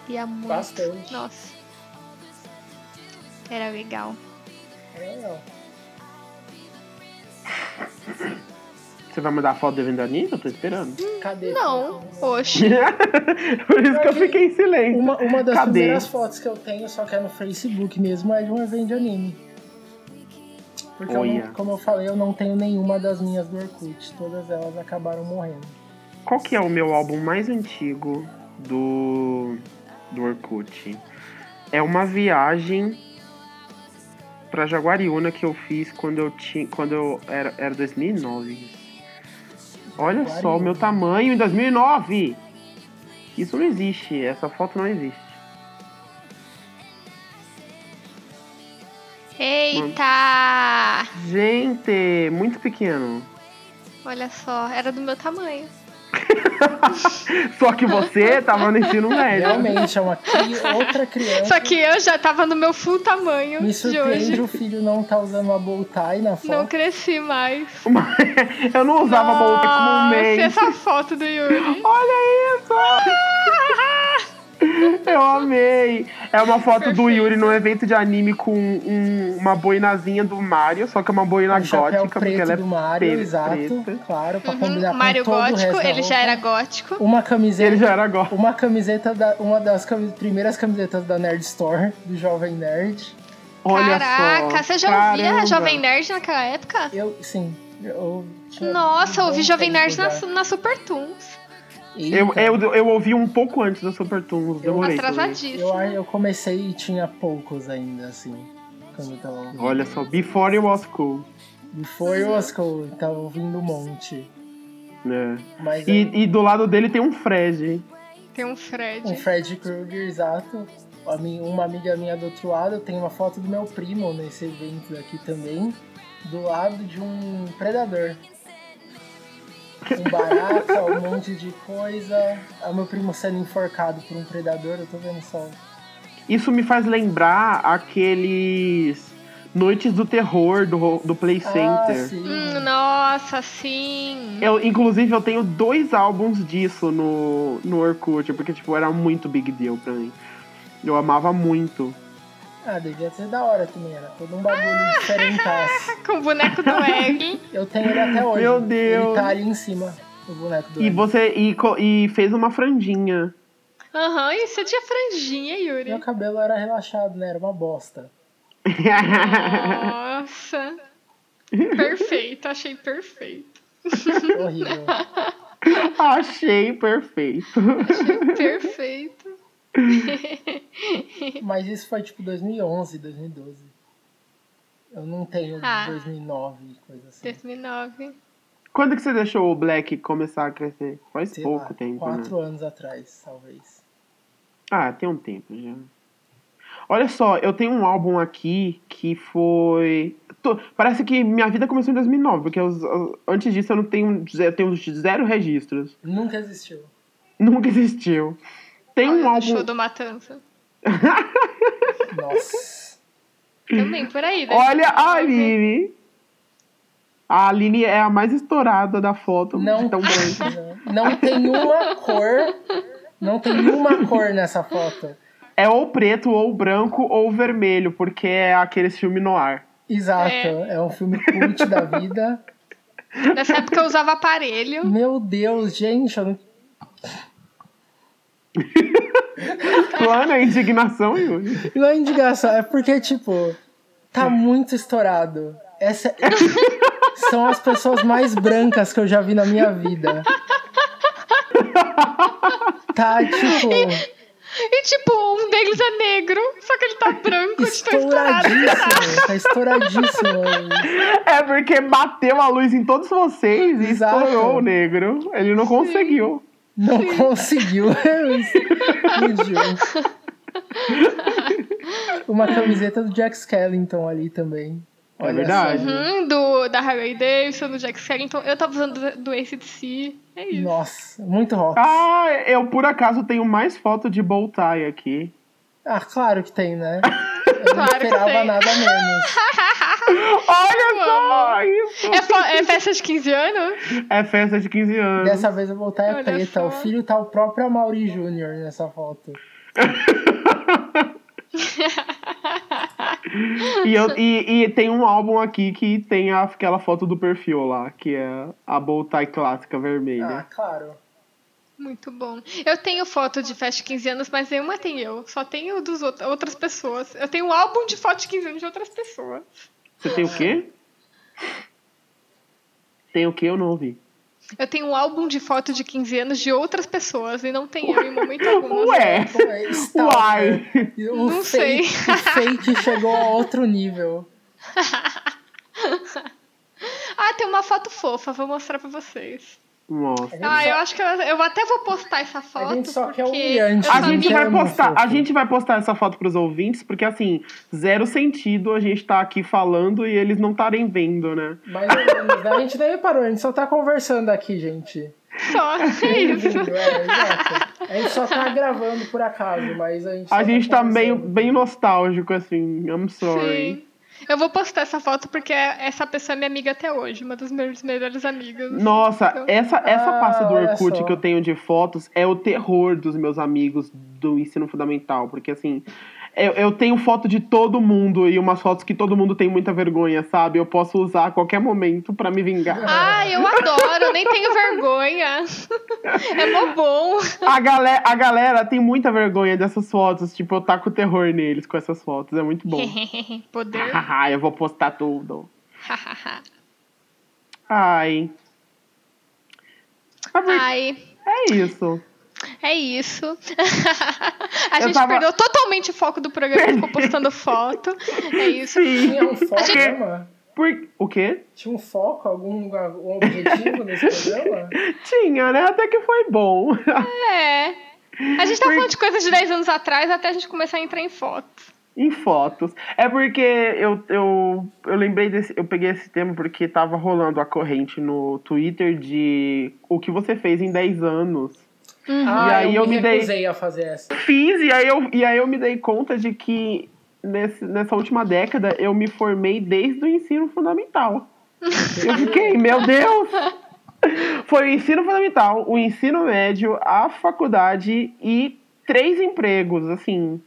A: Ia muito.
B: Bastante.
A: Nossa. Era legal.
B: é, não.
C: Você vai mandar a foto do evento de anime? Eu tô esperando.
B: Cadê?
A: Não, oxe.
C: Por isso que eu fiquei em silêncio.
B: Uma, uma das
C: Cadê?
B: primeiras fotos que eu tenho, só que é no Facebook mesmo, é de um evento de anime. Porque, eu não-
C: Olha.
B: como eu falei, eu não tenho nenhuma das minhas do Orkut. Todas elas acabaram morrendo.
C: Qual que é o meu álbum mais antigo do, do Orkut? É uma viagem pra Jaguariúna que eu fiz quando eu tinha. Quando eu era, era 2009. Olha só o meu tamanho em 2009! Isso não existe, essa foto não existe.
A: Eita!
C: Gente, muito pequeno.
A: Olha só, era do meu tamanho.
C: Só que você tava no ensino médio.
B: Realmente, é uma cri- outra criança.
A: Só que eu já tava no meu full tamanho
B: Me
A: de hoje.
B: surpreende um o filho não tá usando uma bow tie na foto.
A: Não tá. cresci mais.
B: Um
C: Eu não usava boa como um
A: Nossa,
C: meio.
A: essa é foto do Yuri.
C: Olha isso! Eu amei! É uma foto do
A: Perfeito.
C: Yuri num evento de anime com um- uma boinazinha do Mario, só que é uma boina
B: O Um chapéu
C: gótica, porque
B: preto
C: ela é
B: do Mario,
C: pre-
B: exato.
C: preta.
B: Claro, pra combinar
A: Uhum,
B: com
A: Mário
B: todo o resto
A: gótico,
B: da
A: ele já é
B: roupa.
A: era gótico.
B: Uma camiseta.
C: Ele já é. era gótico.
B: Uma camiseta da. Uma das cami- primeiras camisetas da Nerd Store, do Jovem Nerd.
C: Olha
A: Caraca,
C: só.
A: você já
C: Caramba.
A: ouvia Jovem Nerd naquela época?
B: Eu, sim. Eu tinha
A: Nossa, eu ouvi
B: bom
A: Jovem
B: tempo
A: Nerd na,
B: já.
A: na Super Toons.
C: Eu,
B: Eita,
C: eu, eu ouvi um pouco antes da Super Tunes, demorei. pra ouvir.
B: eu,
A: Atrasadíssimo.
B: a- eu comecei e tinha poucos ainda, assim. Quando eu tava ouvindo.
C: Olha só, Before You Was Cool.
B: E foi o Oscar, eu tava ouvindo um monte.
C: né?
B: Mas
C: E, e do lado dele tem um Fred.
A: Tem um
B: um
A: Fred.
B: Fred Krueger, exato. A mi- Uma amiga minha do outro lado, tem uma foto do meu primo nesse evento aqui também, do lado de um predador. Um baraca, um monte de coisa. Ah, meu primo sendo enforcado por um predador, eu tô vendo só.
C: Isso me faz lembrar aqueles Noites do Terror do, ro- do Play
B: Ah,
C: Center.
B: sim.
A: Hum, nossa, sim.
C: eu, inclusive, eu tenho dois álbuns disso no, no Orkut, porque, tipo, era muito big deal pra mim. Eu amava muito.
B: Ah, devia ser da hora também, era todo um bagulho diferentaço.
A: Com o boneco do Egg.
B: Eu tenho ele até hoje.
C: Meu Deus.
B: Ele tá ali em cima, o boneco do
C: E
B: Andy.
C: você e, co- e fez uma franjinha.
A: Aham, e você tinha franjinha,
B: Meu
A: Yuri.
B: cabelo era relaxado, né? Era uma bosta. Ah.
A: Nossa. Perfeito, achei perfeito.
B: Horrível.
C: Achei perfeito.
A: Perfeito.
B: Mas isso foi tipo 2011, 2012. Eu não tenho
A: Ah.
B: 2009 e coisa assim.
A: 2009.
C: Quando que você deixou o Black começar a crescer? Faz
B: Sei
C: pouco
B: lá,
C: tempo, né?
B: quatro anos atrás, talvez.
C: Ah, tem um tempo já. Olha só, eu tenho um álbum aqui que foi. tô- Parece que minha vida começou em 2009, porque os- os- antes disso eu não tenho, ze- eu tenho zero registros.
B: Nunca existiu.
C: Nunca existiu. Tem
A: Olha,
C: um
A: do
C: álbum.
A: show do Matanza.
B: Nossa.
A: Também por aí, né?
C: Olha a Aline! A Aline é a mais estourada da foto.
B: Não,
C: de tão grande.
B: não, não tem uma cor. Não tem uma cor nessa foto.
C: É ou preto, ou branco, ou vermelho, porque é aquele filme no ar.
B: Exato.
A: É.
B: É, um filme cult da vida.
A: Nessa época eu usava aparelho.
B: Meu Deus, gente. Eu não...
C: Plana a né? indignação, Yuri.
B: Não é indicação, é porque, tipo, tá muito estourado. Essa... São as pessoas mais brancas que eu já vi na minha vida. Tá, tipo,
A: E tipo, um deles é negro, só que ele tá branco, de tão estourado.
B: estouradíssimo. Tá estouradíssimo.
C: É porque bateu a luz em todos vocês e
B: Exato.
C: estourou o negro. Ele não conseguiu.
B: Não conseguiu. Explodiu. Uma camiseta do Jack Skellington ali também.
C: É
B: Olha só.
C: verdade.
A: Hum, do, da Harley Davidson, do Jack Skellington. Eu tava usando do, do ACDC. É isso.
B: Nossa, muito rock.
C: Ah, eu por acaso tenho mais foto de bow tie aqui.
B: Ah, claro que tem, né? Eu não
A: Claro que
B: esperava
A: tem.
B: nada menos.
C: Olha só isso!
A: É, fo- é festa de 15 anos?
C: É festa de 15 anos.
B: Dessa vez eu voltar é
A: Olha
B: preta.
A: só.
B: O filho tá o próprio Amaury Júnior nessa foto.
C: E, eu- e- e tem um álbum aqui que tem a- aquela foto do perfil lá, que é a bow tie clássica
B: Ah,
C: vermelha.
B: claro.
A: Muito bom. Eu tenho foto de festa de 15 anos, mas nenhuma tem eu. Só tenho dos out- outras pessoas. Eu tenho um álbum de foto de 15 anos de outras pessoas.
C: Você tem o quê? Tem o quê? Eu não ouvi.
A: Eu tenho um álbum de foto de 15 anos de outras pessoas e não tem eu em momento algum.
C: Ué!
B: Como é stalker?
C: Uai!
B: E O
A: Não sei.
B: fake, O fake chegou a outro nível.
A: Ah, tem uma foto fofa, vou mostrar pra vocês.
C: Nossa.
B: gente
A: Ah,
B: só-
A: eu acho que eu, eu até vou postar essa foto.
B: gente só
A: porque
B: quer um humilhante,
A: eu
C: A
A: só
C: gente
A: vi-
C: vai
B: é muito
C: postar, a
B: fofo.
C: gente vai postar essa foto pros ouvintes, porque assim, zero sentido a gente tá aqui falando e eles não estarem vendo, né?
B: Mas né, a gente nem reparou, a gente só tá conversando aqui, gente.
A: só isso.
B: É, exato. A gente só tá gravando por acaso, mas a gente. só
C: A gente tá meio
B: conversando.
C: bem nostálgico assim. I'm sorry.
A: Sim. Eu vou postar essa foto porque essa pessoa é minha amiga até hoje, uma das minhas melhores amigas. Então.
C: Nossa, essa, essa
B: Ah,
C: pasta do
B: olha
C: Orkut
B: só.
C: que eu tenho de fotos é o terror dos meus amigos do ensino fundamental. Porque, assim, eu, eu tenho foto de todo mundo e umas fotos que todo mundo tem muita vergonha, sabe? Eu posso usar a qualquer momento pra me vingar.
A: Ah, eu adoro, nem tenho vergonha. É mó bom.
C: A galera, a galera tem muita vergonha dessas fotos. Tipo, eu taco terror neles com essas fotos. É muito bom.
A: Poder.
C: Haha, eu vou postar tudo. Ai. Ah, mas
A: Ai,
C: É isso.
A: é isso. A
C: Eu
A: gente
C: tava-
A: perdeu totalmente o foco do programa, ficou postando foto. É isso.
C: Sim.
B: Tinha um foco, né, mano?
C: Por... O quê?
B: Tinha um foco, algum, algum objetivo nesse programa?
C: Tinha, né? Até que foi bom.
A: É. A gente tá
C: Por-
A: falando de coisas de 10 anos atrás até a gente começar a entrar em fotos.
C: em fotos. É porque eu, eu, eu lembrei desse. Eu peguei esse tema porque tava rolando a corrente no Twitter de o que você fez em 10 anos.
B: Ah,
C: E aí eu me dei-
B: recusei a fazer essa.
C: Fiz, e aí eu, e aí eu me dei conta de que nesse, nessa última década eu me formei desde o ensino fundamental. Eu fiquei, meu Deus! Foi o ensino fundamental, o ensino médio, a faculdade e três empregos, assim,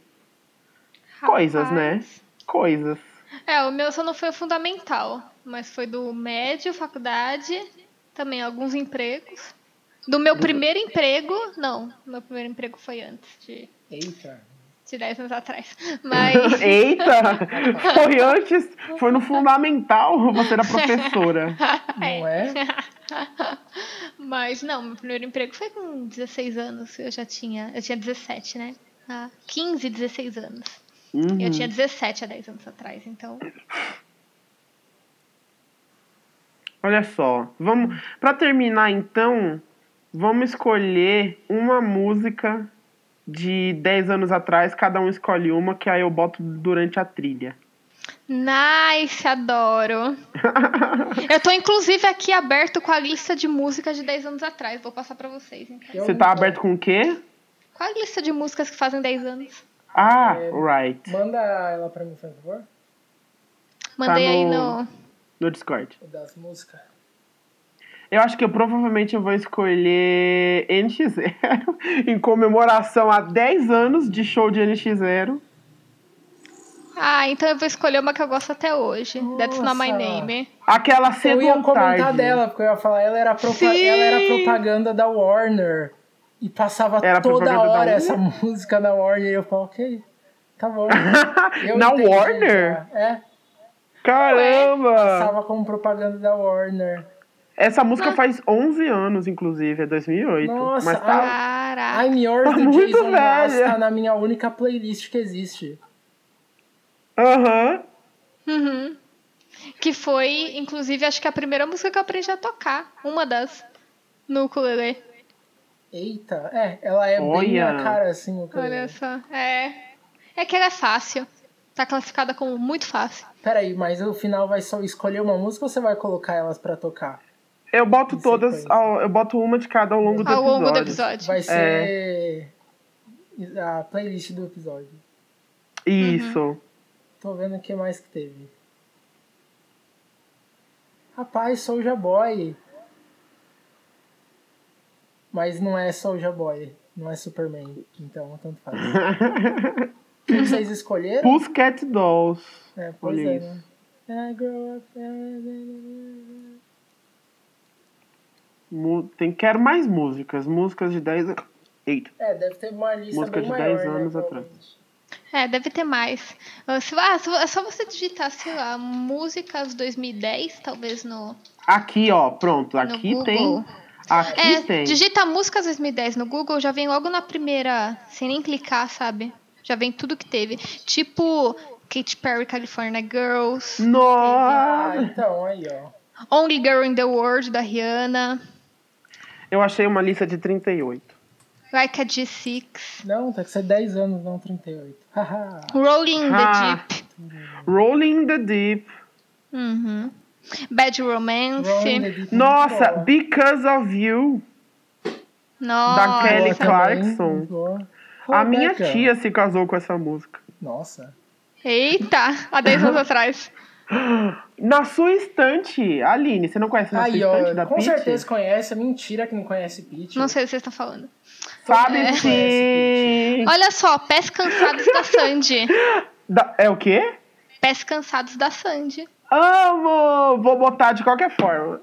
C: coisas, né? Coisas.
A: É, o meu só não foi o fundamental, mas foi do médio, faculdade, também alguns empregos. Do meu primeiro emprego, não, meu primeiro emprego foi antes de,
B: Eita.
A: de 10 anos atrás. Mas
C: Eita! Foi antes, foi no fundamental você era professora.
B: Não é?
A: Mas não, meu primeiro emprego foi com 16 anos. Eu já tinha. Eu tinha 17, né? Ah, 15, 16 anos.
B: Hum.
A: Eu tinha 17 há 10 anos atrás, então.
C: Olha só, vamos para terminar então, vamos escolher uma música de 10 anos atrás, cada um escolhe uma que aí eu boto durante a trilha.
A: Nice, adoro. eu tô inclusive aqui aberto com a lista de músicas de 10 anos atrás. Vou passar pra vocês. Então.
B: Eu
C: Você
B: não
C: tá
B: tô.
C: aberto com o quê?
A: Qual a lista de músicas que fazem 10 anos?
C: Ah,
B: É.
C: right,
B: Manda ela pra mim, por favor.
A: Mandei
B: Tá
A: aí
C: no-
A: no.
C: no Discord.
B: O das músicas.
C: Eu acho que eu provavelmente eu vou escolher NX0 em comemoração a 10 anos de show de NX0.
A: Ah, então eu vou escolher uma que eu gosto até hoje. That's Not My
B: Nossa.
A: Name.
C: Aquela
B: Eu
C: cedo
B: ia
C: ou
B: comentar
C: tarde.
B: dela, porque eu ia falar, ela era, propa-
A: Sim!
B: ela era propaganda da Warner. E passava
C: Era
B: toda
C: propaganda da
B: hora
C: Warner?
B: essa música na Warner. E eu falo, ok, tá bom. Eu
C: Na
B: entendi
C: Warner?
B: já. É,
C: Caramba!
B: passava como propaganda da Warner.
C: Essa música faz 11 anos, inclusive, é 2008.
B: Ah. Nossa, ah.
C: mas tá...
A: Caraca.
B: I'm Yours
C: Tá
B: do
C: muito
B: Jason Mraz
C: velha.
B: tá na minha única playlist que existe.
C: Aham.
A: Uhum. Que foi, inclusive, acho que a primeira música que eu aprendi a tocar. Uma das. No ukulele.
B: Eita, é, ela é bem
C: Olha.
B: a cara assim. o cara.
A: Olha só. É. É que ela é fácil. Tá classificada como muito fácil.
B: Peraí, mas no final vai só escolher uma música ou você vai colocar elas pra tocar?
C: Eu boto
B: Em
C: todas,
B: sequência.
C: ao- eu boto uma de cada ao longo do
A: Ao
C: episódio.
A: longo do episódio.
C: É.
B: Vai ser a playlist do episódio.
A: Uhum.
C: Isso.
B: Tô vendo o que mais que teve. Rapaz, Soulja Boy. Mas não é Soulja Boy, não é Superman, então tanto faz. O que vocês escolheram?
C: Pussycat Dolls.
B: É, pois
C: Olha
B: é,
C: isso.
B: né? I grow up eh, né, and-
C: Mu- Tem, quero mais músicas. Músicas de 10 anos. Eita.
B: É, deve ter uma lista
C: Música
B: bem
C: de
B: maior,
C: 10
B: né,
C: anos
B: provavelmente.
A: É, deve ter mais. Ah, se- Ah, se- é só você digitar, sei lá, músicas 2010, talvez no.
C: Aqui, ó, pronto.
A: no
C: Aqui
A: Google.
C: tem. Aqui
A: É,
C: tem.
A: digita músicas 2010 no Google, já vem logo na primeira, sem nem clicar, sabe? Já vem tudo que teve. Tipo Katy Perry, California Girls,
B: Ah,
C: Nossa!
B: então, aí, ó.
A: Only Girl in the World, da Rihanna,
C: Eu achei uma lista de 38.
A: Like a G6,
B: Não, tá tem que ser 10 anos, não 38. Haha.
A: Rolling in
C: Ah.
A: the Deep,
C: Rolling in the Deep.
A: uhum. Bad Romance,
B: Rolling in the Deep,
C: Nossa,
B: muito boa.
C: Because of You, da
A: nossa,
C: Kelly
B: Boa também,
C: Clarkson.
B: muito boa.
C: A minha
B: Rebecca.
C: tia se casou com essa música.
B: Nossa.
A: eita, há 10 anos atrás.
C: Na sua estante, Aline, você não conhece na
B: Aí,
C: sua
B: ó,
C: estante da
B: com
C: Pitty?
B: certeza conhece. É mentira que não conhece Peach.
A: Não sei o que vocês estão falando.
C: Sabe
B: É.
C: sim.
A: Olha só, Pés Cansados da Sandy.
C: Da- é o quê?
A: Pés Cansados da Sandy.
C: Amo! Vou botar de qualquer forma.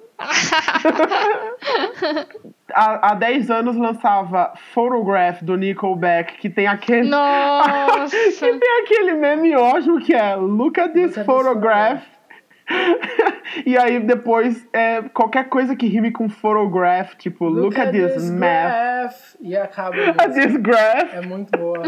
C: Há, há 10 anos lançava Photograph do Nickelback, que tem aquele.
A: Nossa!
C: que tem aquele meme ótimo que é Look at this
B: Look at this
C: photograph. e aí depois é qualquer coisa que rime com photograph, tipo Look, at this, map.
B: graph. E acaba.
C: At this graph.
B: É muito boa.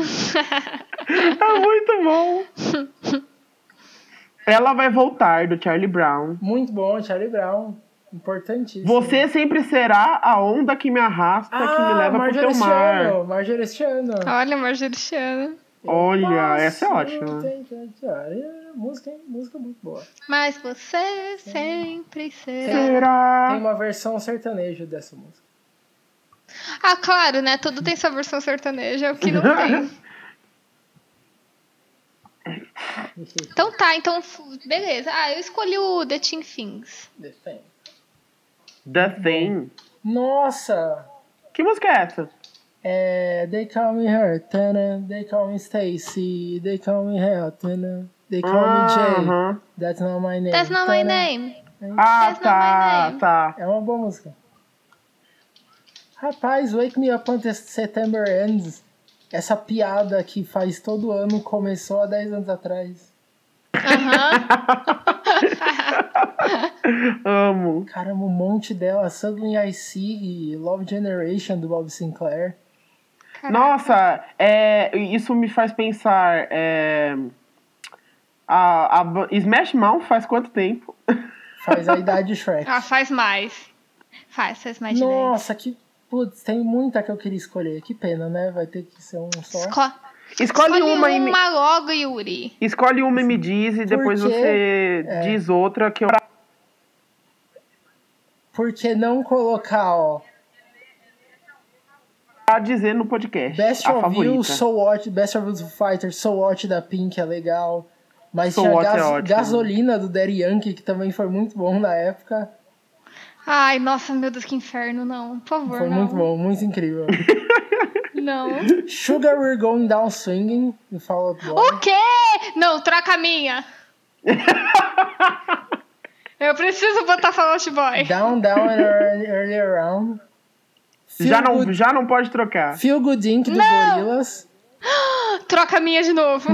C: É muito bom. Ela vai voltar do Charlie Brown.
B: Muito bom, Charlie Brown. Importantíssimo.
C: Você sempre será a onda que me arrasta, que
B: Ah,
C: me leva pro teu mar.
B: Marjoristiano,
C: Ah.
B: Marjoristiano.
A: Olha, Marjoristiano.
C: Olha,
B: Nossa,
C: essa é ótima.
B: tem que- olha, É, Música, hein? música muito boa.
A: Mas você sempre será.
B: É. Tem
C: Será?
B: uma versão sertaneja dessa música.
A: Ah, claro, né? Tudo tem sua versão sertaneja, é o que não tem. Então tá, então f- beleza. Ah, eu escolhi o The Teen Things.
B: Tem.
C: The Thing.
B: Nossa!
C: Que música é essa?
B: É, they call me Hurtana, they call me Stacy, they call me Heltana, they call me Jay.
C: Ah, Aham.
B: That's not my name.
A: That's not my
B: Tana.
A: name.
C: Ah,
A: That's not
C: tá,
A: my
C: tá.
B: É uma boa música. Rapaz, Wake Me Up Until September Ends. Essa piada que faz todo ano começou há 10 anos atrás.
A: Aham.
C: Amo.
B: Caramba, um monte dela. Suddenly I See e Love Generation do Bob Sinclair.
C: Nossa, é, isso me faz pensar. é, a, a ba- Smash Mouth faz quanto tempo?
B: Faz a idade Shrek.
A: Ah, faz mais. Faz, faz mais de dez.
B: Nossa, que. Putz, tem muita que eu queria escolher. Que pena, né? Vai ter que ser um só.
A: Esco-
C: Escolhe, uma, e me,
A: logo, Yuri.
C: escolhe uma e me diz, e depois
B: quê?
C: você
B: É.
C: diz outra que eu.
B: Por que não colocar, ó?
C: pra dizer no podcast.
B: Best
C: a
B: of
C: favorita.
B: You, So What, Best of You Fighter, So What da Pink é legal. Mas
C: So
B: tinha
C: What é
B: gas-
C: ótimo.
B: Gasolina do Daddy Yankee, que também foi muito bom na época.
A: Ai, nossa, meu Deus, que inferno, não. Por favor,
B: Foi
A: não.
B: muito bom, muito incrível.
A: Não.
B: Sugar We're Going Down Swinging, do Fall Out Boy.
A: O quê? Não, troca a minha. Eu preciso botar Fall Out Boy.
B: Down, Down and Early- Early Around. Feel
C: Já não,
B: Good,
C: já não pode trocar.
B: Feel Good Inc. do
A: Não!
B: Gorillaz.
A: Troca a minha de novo.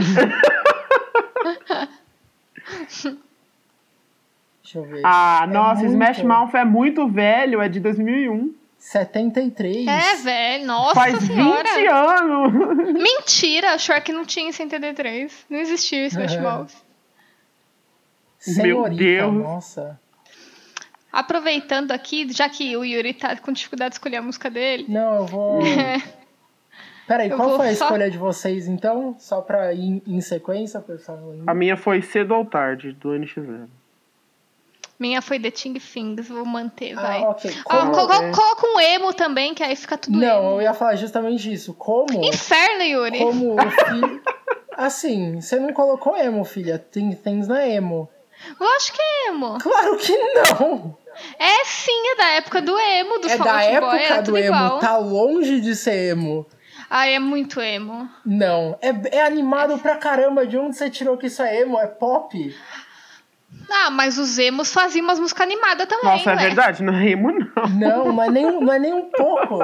B: Deixa eu ver.
C: Ah,
B: É
C: nossa,
B: muito.
C: Smash Mouth é muito velho, é de 2001.
B: 73.
A: É, velho. Nossa
C: Faz
A: senhora.
C: 20 anos.
A: Mentira, o Shrek não tinha em 73. Não existia Smash
B: É.
A: Mouth.
B: Senhorita,
C: Meu Deus.
B: nossa.
A: Aproveitando aqui, já que o Yuri tá com dificuldade de escolher a música dele.
B: Não, eu vou... Peraí,
A: Eu
B: qual
A: vou
B: foi a
A: só-
B: escolha de vocês, então? Só pra ir em- em sequência, pessoal.
C: A minha foi cedo ou tarde, do
A: é
C: NX0.
A: Minha foi The Ting Things, vou manter, vai.
B: Ah, ok.
A: Ah,
B: Como-
A: co- co-
C: é?
A: Coloca um emo também, que aí fica tudo
B: Não,
A: emo.
B: eu ia falar justamente isso. Como?
A: Inferno, Yuri.
B: Como o filho. Assim, você não colocou emo, filha. Tem things na emo.
A: Lógico que é emo.
B: Claro que não!
A: É sim, é da época do emo, do
B: é
A: Fall
B: da
A: Out Boy,
B: época
A: era
B: do
A: tudo
B: emo.
A: igual.
B: Tá longe de ser emo.
A: Ai, é muito emo.
B: Não. É, é animado pra caramba. De onde você tirou que isso é emo? É pop?
A: Ah, mas os emos faziam umas músicas animadas também,
C: Nossa, é
A: ué.
C: verdade, não rimo não.
B: Não, não é nem, um- não é nem um pouco.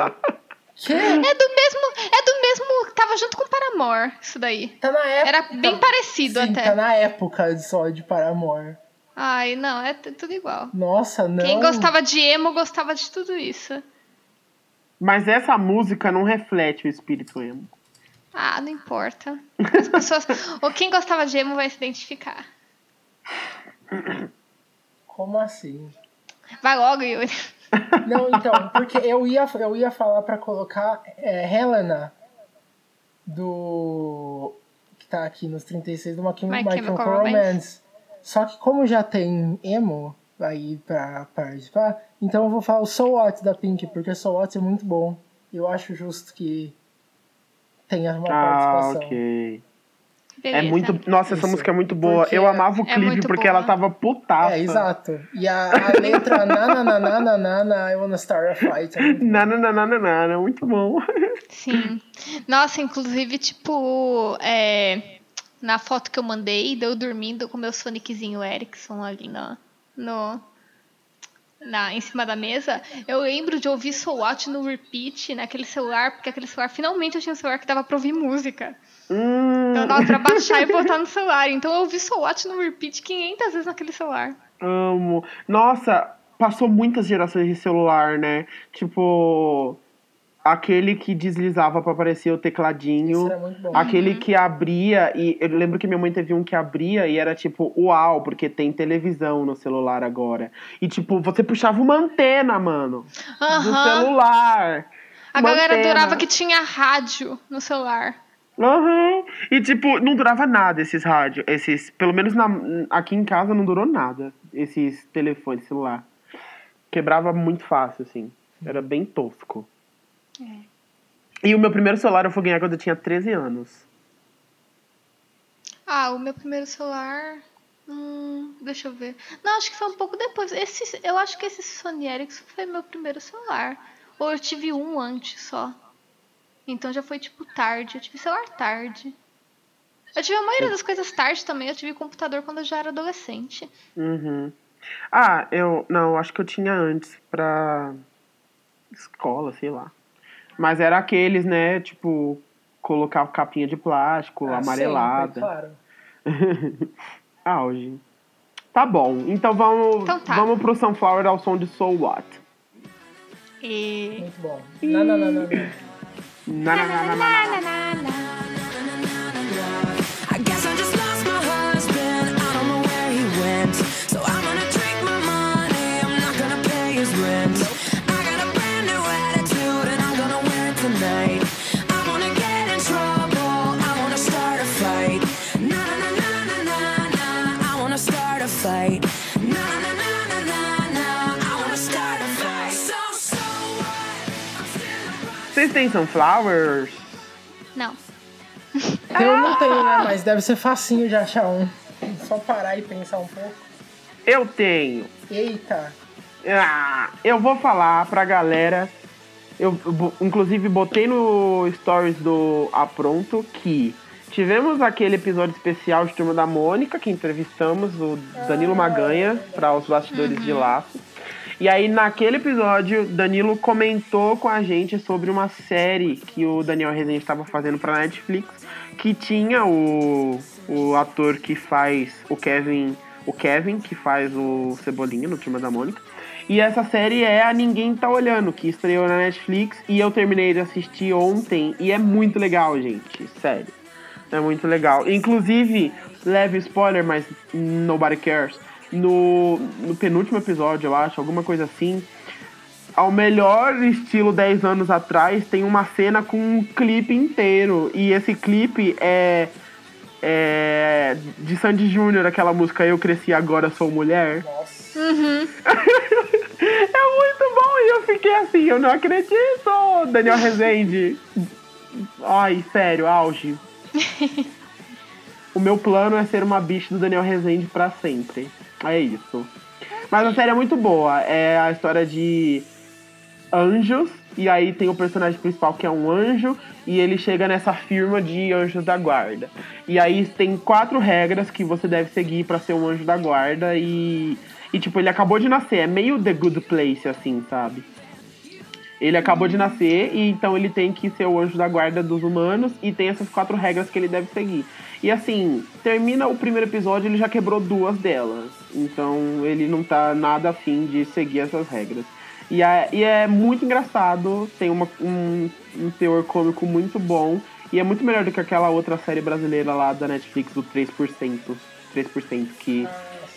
B: Que?
A: É do mesmo, é do mesmo, tava junto com Paramore, isso daí.
B: Tá na época.
A: Era bem parecido
B: Sim,
A: até.
B: tá na época só de Paramore.
A: Ai, não, é t- tudo igual.
B: Nossa, não.
A: Quem gostava de emo gostava de tudo isso.
C: Mas essa música não reflete o espírito emo.
A: Ah, não importa. As pessoas. ou quem gostava de emo vai se identificar.
B: Como assim?
A: Vai logo, Yuri.
B: Não, então, porque eu ia, eu ia falar pra colocar é, Helena do. que tá aqui nos 36 do My, Chem-
A: My
B: My
A: Chemical
B: Chemical Romance. Só que como já tem emo aí pra participar, então eu vou falar o So What da Pink, porque So What é muito bom. Eu acho justo que tenha uma
C: Ah,
B: participação.
C: ok. É
A: Beleza.
C: muito. Nossa, essa
B: Isso.
C: música é muito boa.
B: Porque
C: eu amava o
A: é
C: clipe
A: muito
C: porque
A: boa.
C: ela tava putaça.
B: É, exato. E a, a letra na na na na na na na I wanna start a fight. é muito
C: Nananana, muito bom.
A: Sim. Nossa, inclusive, tipo, é, na foto que eu mandei, deu dormindo com meu Soniczinho Ericsson ali na, no, na, em cima da mesa. Eu lembro de ouvir Soul Out no repeat naquele celular, porque aquele celular, finalmente eu tinha um celular que dava pra ouvir música.
C: Hum.
A: Então dava pra baixar e botar no celular. Então eu ouvi Soul Out no repeat 500 vezes naquele celular.
C: Hum, Amo. Nossa, passou muitas gerações de celular, né? Tipo, aquele que deslizava pra aparecer o
B: Isso
C: tecladinho.
B: era muito
A: é
B: bom.
C: Aquele
A: Uhum.
C: que abria, e eu lembro que minha mãe teve um que abria e era tipo, uau, porque tem televisão no celular agora. E tipo, você puxava uma antena, mano, do
A: Aham.
C: celular.
A: A
C: Uma
A: galera
C: antena.
A: adorava que tinha rádio no celular.
C: Aham. E tipo, não durava nada esses rádios, esses, pelo menos na, aqui em casa não durou nada, esses telefones, celular. Quebrava muito fácil, assim. Era bem tosco. E o meu primeiro celular eu fui ganhar quando eu tinha 13 anos.
A: Ah, o meu primeiro celular. Hum, deixa eu ver. Não, acho que foi um pouco depois. Esse, eu acho que esse Sony Ericsson foi meu primeiro celular. Ou eu tive um antes só. Então já foi tipo tarde. Eu tive celular tarde. Eu tive a maioria das coisas tarde também. Eu tive computador quando eu já era adolescente.
C: Uhum. Ah, eu. Não, acho que eu tinha antes pra escola, sei lá. Mas era aqueles, né? Tipo, colocar capinha de plástico,
B: Ah,
C: amarelada.
B: sempre, claro.
C: Auge. Ah, Tá bom. Então vamos,
A: Então tá.
C: vamos pro Sunflower ao som de Soul What.
A: E.
B: Muito bom. Não, não, não, não. não.
C: Na, na, na, na, na, na.
D: I guess I just lost my husband. I don't know where he went. So I'm gonna drink my money. I'm not gonna pay his rent. I got a brand new attitude and I'm gonna wear it tonight. I wanna get in trouble. I wanna start a fight. Na na na na na na na. I wanna start a fight. Na na na na na na. I wanna start a fight. So so what? I'm still a
C: Vocês têm Sunflowers?
A: Não.
B: Eu não tenho,
A: Ah!
B: né? Mas deve ser facinho de achar um. Só parar e pensar um pouco.
C: Eu tenho.
B: Eita!
C: Ah, eu vou falar pra galera. Eu, bo- inclusive, botei no stories do Apronto que tivemos aquele episódio especial de Turma da Mônica, que entrevistamos o
A: Ah.
C: Danilo Maganha para os bastidores de
A: Uhum.
C: laço. E aí, naquele episódio, Danilo comentou com a gente sobre uma série que o Daniel Rezende estava fazendo pra Netflix, que tinha o, o ator que faz o Kevin, o Kevin, que faz o Cebolinha no Turma da Mônica. E essa série é a Ninguém Tá Olhando, que estreou na Netflix e eu terminei de assistir ontem e é muito legal, gente, sério. É muito legal. Inclusive, leve spoiler, mas nobody cares. No, no penúltimo episódio, eu acho, alguma coisa assim. Ao melhor estilo 10 anos atrás, tem uma cena com um clipe inteiro. E esse clipe é. É. De Sandy Júnior, aquela música Eu Cresci Agora Sou Mulher.
B: Nossa.
C: É muito bom e eu fiquei assim, eu não acredito! Daniel Rezende. Ai, sério, auge. o meu plano é ser uma bicha do Daniel Rezende pra sempre. É isso. Mas a série é muito boa. É a história de anjos. E aí tem o personagem principal que é um anjo. E ele chega nessa firma de anjos da guarda. E aí tem quatro regras que você deve seguir pra ser um anjo da guarda. E, e tipo, ele acabou de nascer. É meio The Good Place, assim, sabe? Ele acabou de nascer e então ele tem que ser o anjo da guarda dos humanos e tem essas quatro regras que ele deve seguir. E assim, termina o primeiro episódio, ele já quebrou duas delas. Então ele não tá nada afim de seguir essas regras. E é, e é muito engraçado, tem uma- um, um teor cômico muito bom. E é muito melhor do que aquela outra série brasileira lá da Netflix, do 3%. 3%, que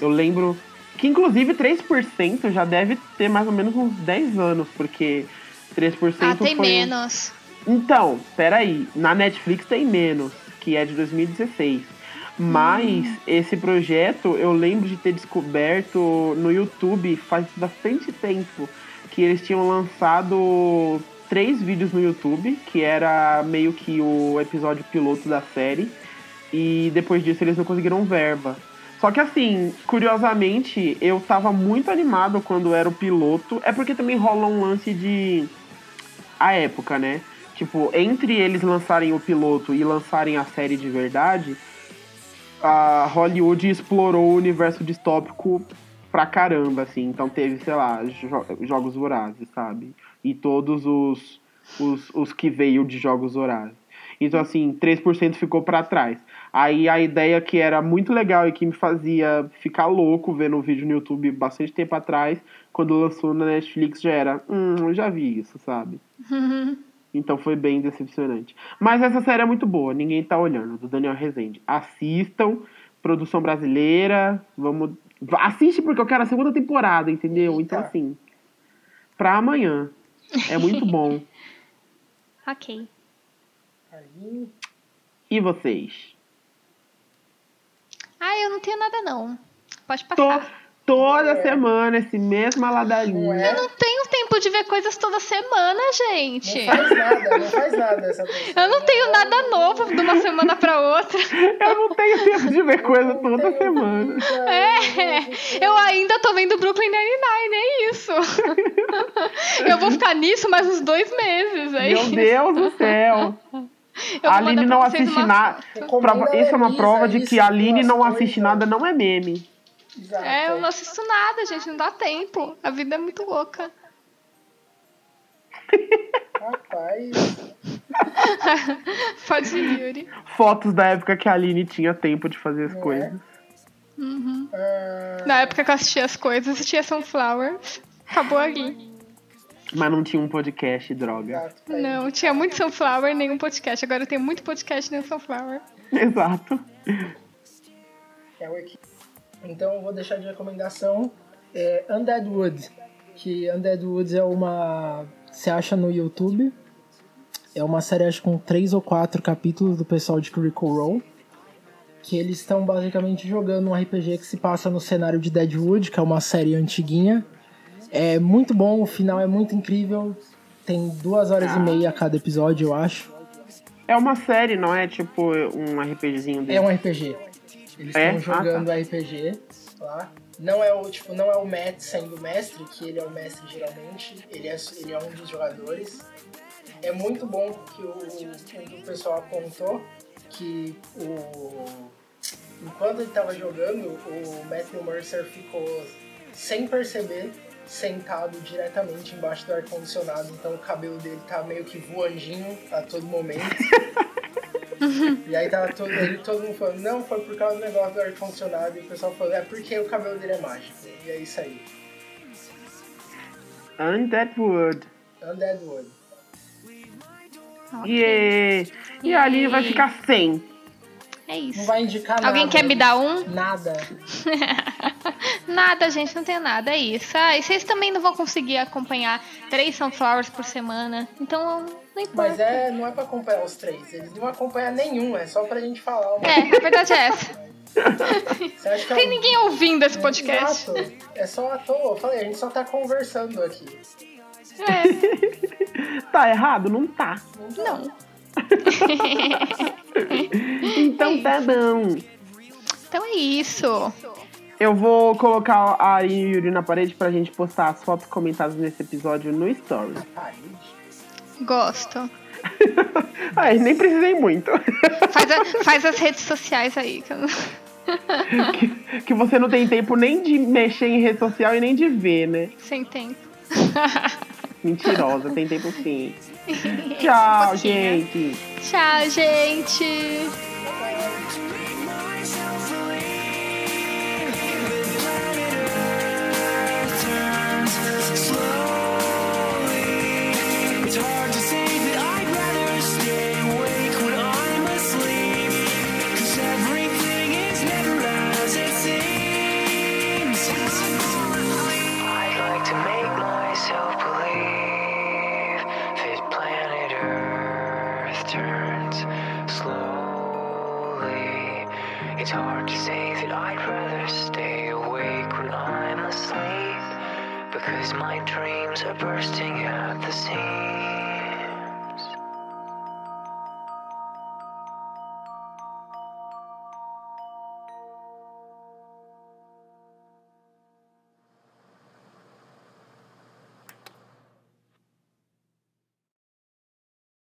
C: eu lembro. Que inclusive 3% já deve ter mais ou menos uns 10 anos, porque 3%
A: Ah, tem
C: foi. um.
A: menos.
C: Então, peraí, na Netflix tem menos, que é de 2016. Mas esse projeto eu lembro de ter descoberto no YouTube faz bastante tempo que eles tinham lançado três vídeos no YouTube, que era meio que o episódio piloto da série, e depois disso eles não conseguiram verba. Só que assim, curiosamente, eu tava muito animado quando era o piloto. É porque também rola um lance de a época, né? Tipo, entre eles lançarem o piloto e lançarem a série de verdade, a Hollywood explorou o universo distópico pra caramba, assim. Então teve, sei lá, jo- Jogos Vorazes, sabe? E todos os, os, os que veio de Jogos Vorazes. Então, assim, 3% ficou pra trás. Aí a ideia que era muito legal e que me fazia ficar louco vendo o vídeo no YouTube bastante tempo atrás, quando lançou na Netflix, já era, hum, eu já vi isso, sabe? Então foi bem decepcionante. Mas essa série é muito boa, ninguém tá olhando, do Daniel Rezende. Assistam, produção brasileira, vamos. va- Assiste porque eu quero a segunda temporada, entendeu? Então,
B: Eita.
C: assim, pra amanhã. É muito bom.
A: Ok.
B: Aí,
C: E vocês?
A: Ah, eu não tenho nada não. Pode
C: To-
A: passar.
C: toda semana, esse mesmo ladainha.
B: não é.
A: Eu não tenho tempo de ver coisas toda semana,
B: Não
A: gente.
B: faz nada, não faz nada essa pessoa.
A: Eu não tenho nada novo de uma semana pra outra.
C: Eu não tenho tempo de ver coisa toda
B: tenho
C: semana.
B: vida,
A: É, eu ainda tô vendo Brooklyn Nine-Nine, é isso. Eu vou ficar nisso mais uns dois meses, é
C: Meu
A: isso.
C: Deus do céu.
A: Eu vou
C: A
A: mandar
C: Aline
A: pra
C: não
A: vocês
C: assiste
A: uma
C: nada.
A: foto.
B: Recomenda
C: Prova- Isso é uma
B: Elisa,
C: prova de
B: isso,
C: que a Aline
B: duas
C: não
B: coisas.
C: assiste nada não é meme.
B: Exato.
A: É, eu não assisto nada, gente, não dá tempo. A vida é muito louca.
B: Rapaz,
A: Pode ir, Yuri.
C: Fotos da época que a Aline tinha tempo de fazer as
B: Não é?
C: coisas.
B: ah,
A: Na época que eu assistia as coisas, assistia Sunflowers. Acabou ali.
C: Mas não tinha um podcast, droga.
B: exato, tá aí.
A: Não, tinha muito Sunflower e nenhum podcast. Agora eu tenho muito podcast e nenhum Sunflower.
C: Exato.
B: É o equi- Então eu vou deixar de recomendação é Undead Wood, que Undead Woods é uma você acha no YouTube. É uma série acho com três ou quatro capítulos do pessoal de Critical Role, que eles estão basicamente jogando um RPG que se passa no cenário de Deadwood, que é uma série antiguinha. É muito bom, o final é muito incrível. Tem duas horas e meia a cada episódio, eu acho.
C: É uma série, não é tipo um RPGzinho dele.
B: É um RPG. Eles estão
C: É? Ah,
B: jogando RPG lá. Não é o tipo, não é o Matt sendo o mestre, que ele é o mestre geralmente. Ele é, ele é um dos jogadores. É muito bom que o, o que o pessoal apontou que o enquanto ele tava jogando, o Matthew Mercer ficou sem perceber sentado diretamente embaixo do ar condicionado, então o cabelo dele tá meio que voandinho a todo momento. E aí tava todo, ele, todo mundo falando, não, foi por causa do negócio do ar-condicionado. E o pessoal falou, é porque o cabelo dele é mágico. E é isso aí. É um
C: Undead Wood.
B: Undead Wood.
C: Yeah. E a Aline vai ficar sem.
A: É
B: Não
A: isso.
B: vai indicar nada.
A: Alguém quer me dar um?
B: Nada.
A: Nada, gente, não tem nada, é isso. Ah, e vocês também não vão conseguir acompanhar três Sunflowers por semana. Então, não
B: Mas
A: importa.
B: é, não é pra acompanhar os três. Eles não acompanham nenhum, é só pra gente falar. Uma...
A: É, a verdade é
B: Então-
A: essa.
B: Você acha que
A: Tem
B: é um-
A: ninguém ouvindo esse podcast.
B: Exato. É só à toa. Eu falei, a gente só tá conversando aqui.
A: É,
C: Tá errado? Não tá.
A: não.
C: Então tá bom.
A: Então é isso.
C: Eu vou colocar a Aline e o Yuri na parede pra gente postar as fotos comentadas nesse episódio no Stories.
B: Aí,
A: Gosto.
C: Ai, nem precisei muito.
A: Faz, a- faz as redes sociais aí. que eu não-
C: que, que você não tem tempo nem de mexer em rede social e nem de ver, né?
A: Sem tempo.
C: Mentirosa, tem tempo sim. Tchau,
A: Fofinha.
C: gente.
A: Tchau, gente.
E: Slow
G: burns slowly. It's hard to say that I'd rather stay awake when I'm asleep because my dreams are bursting at the seams.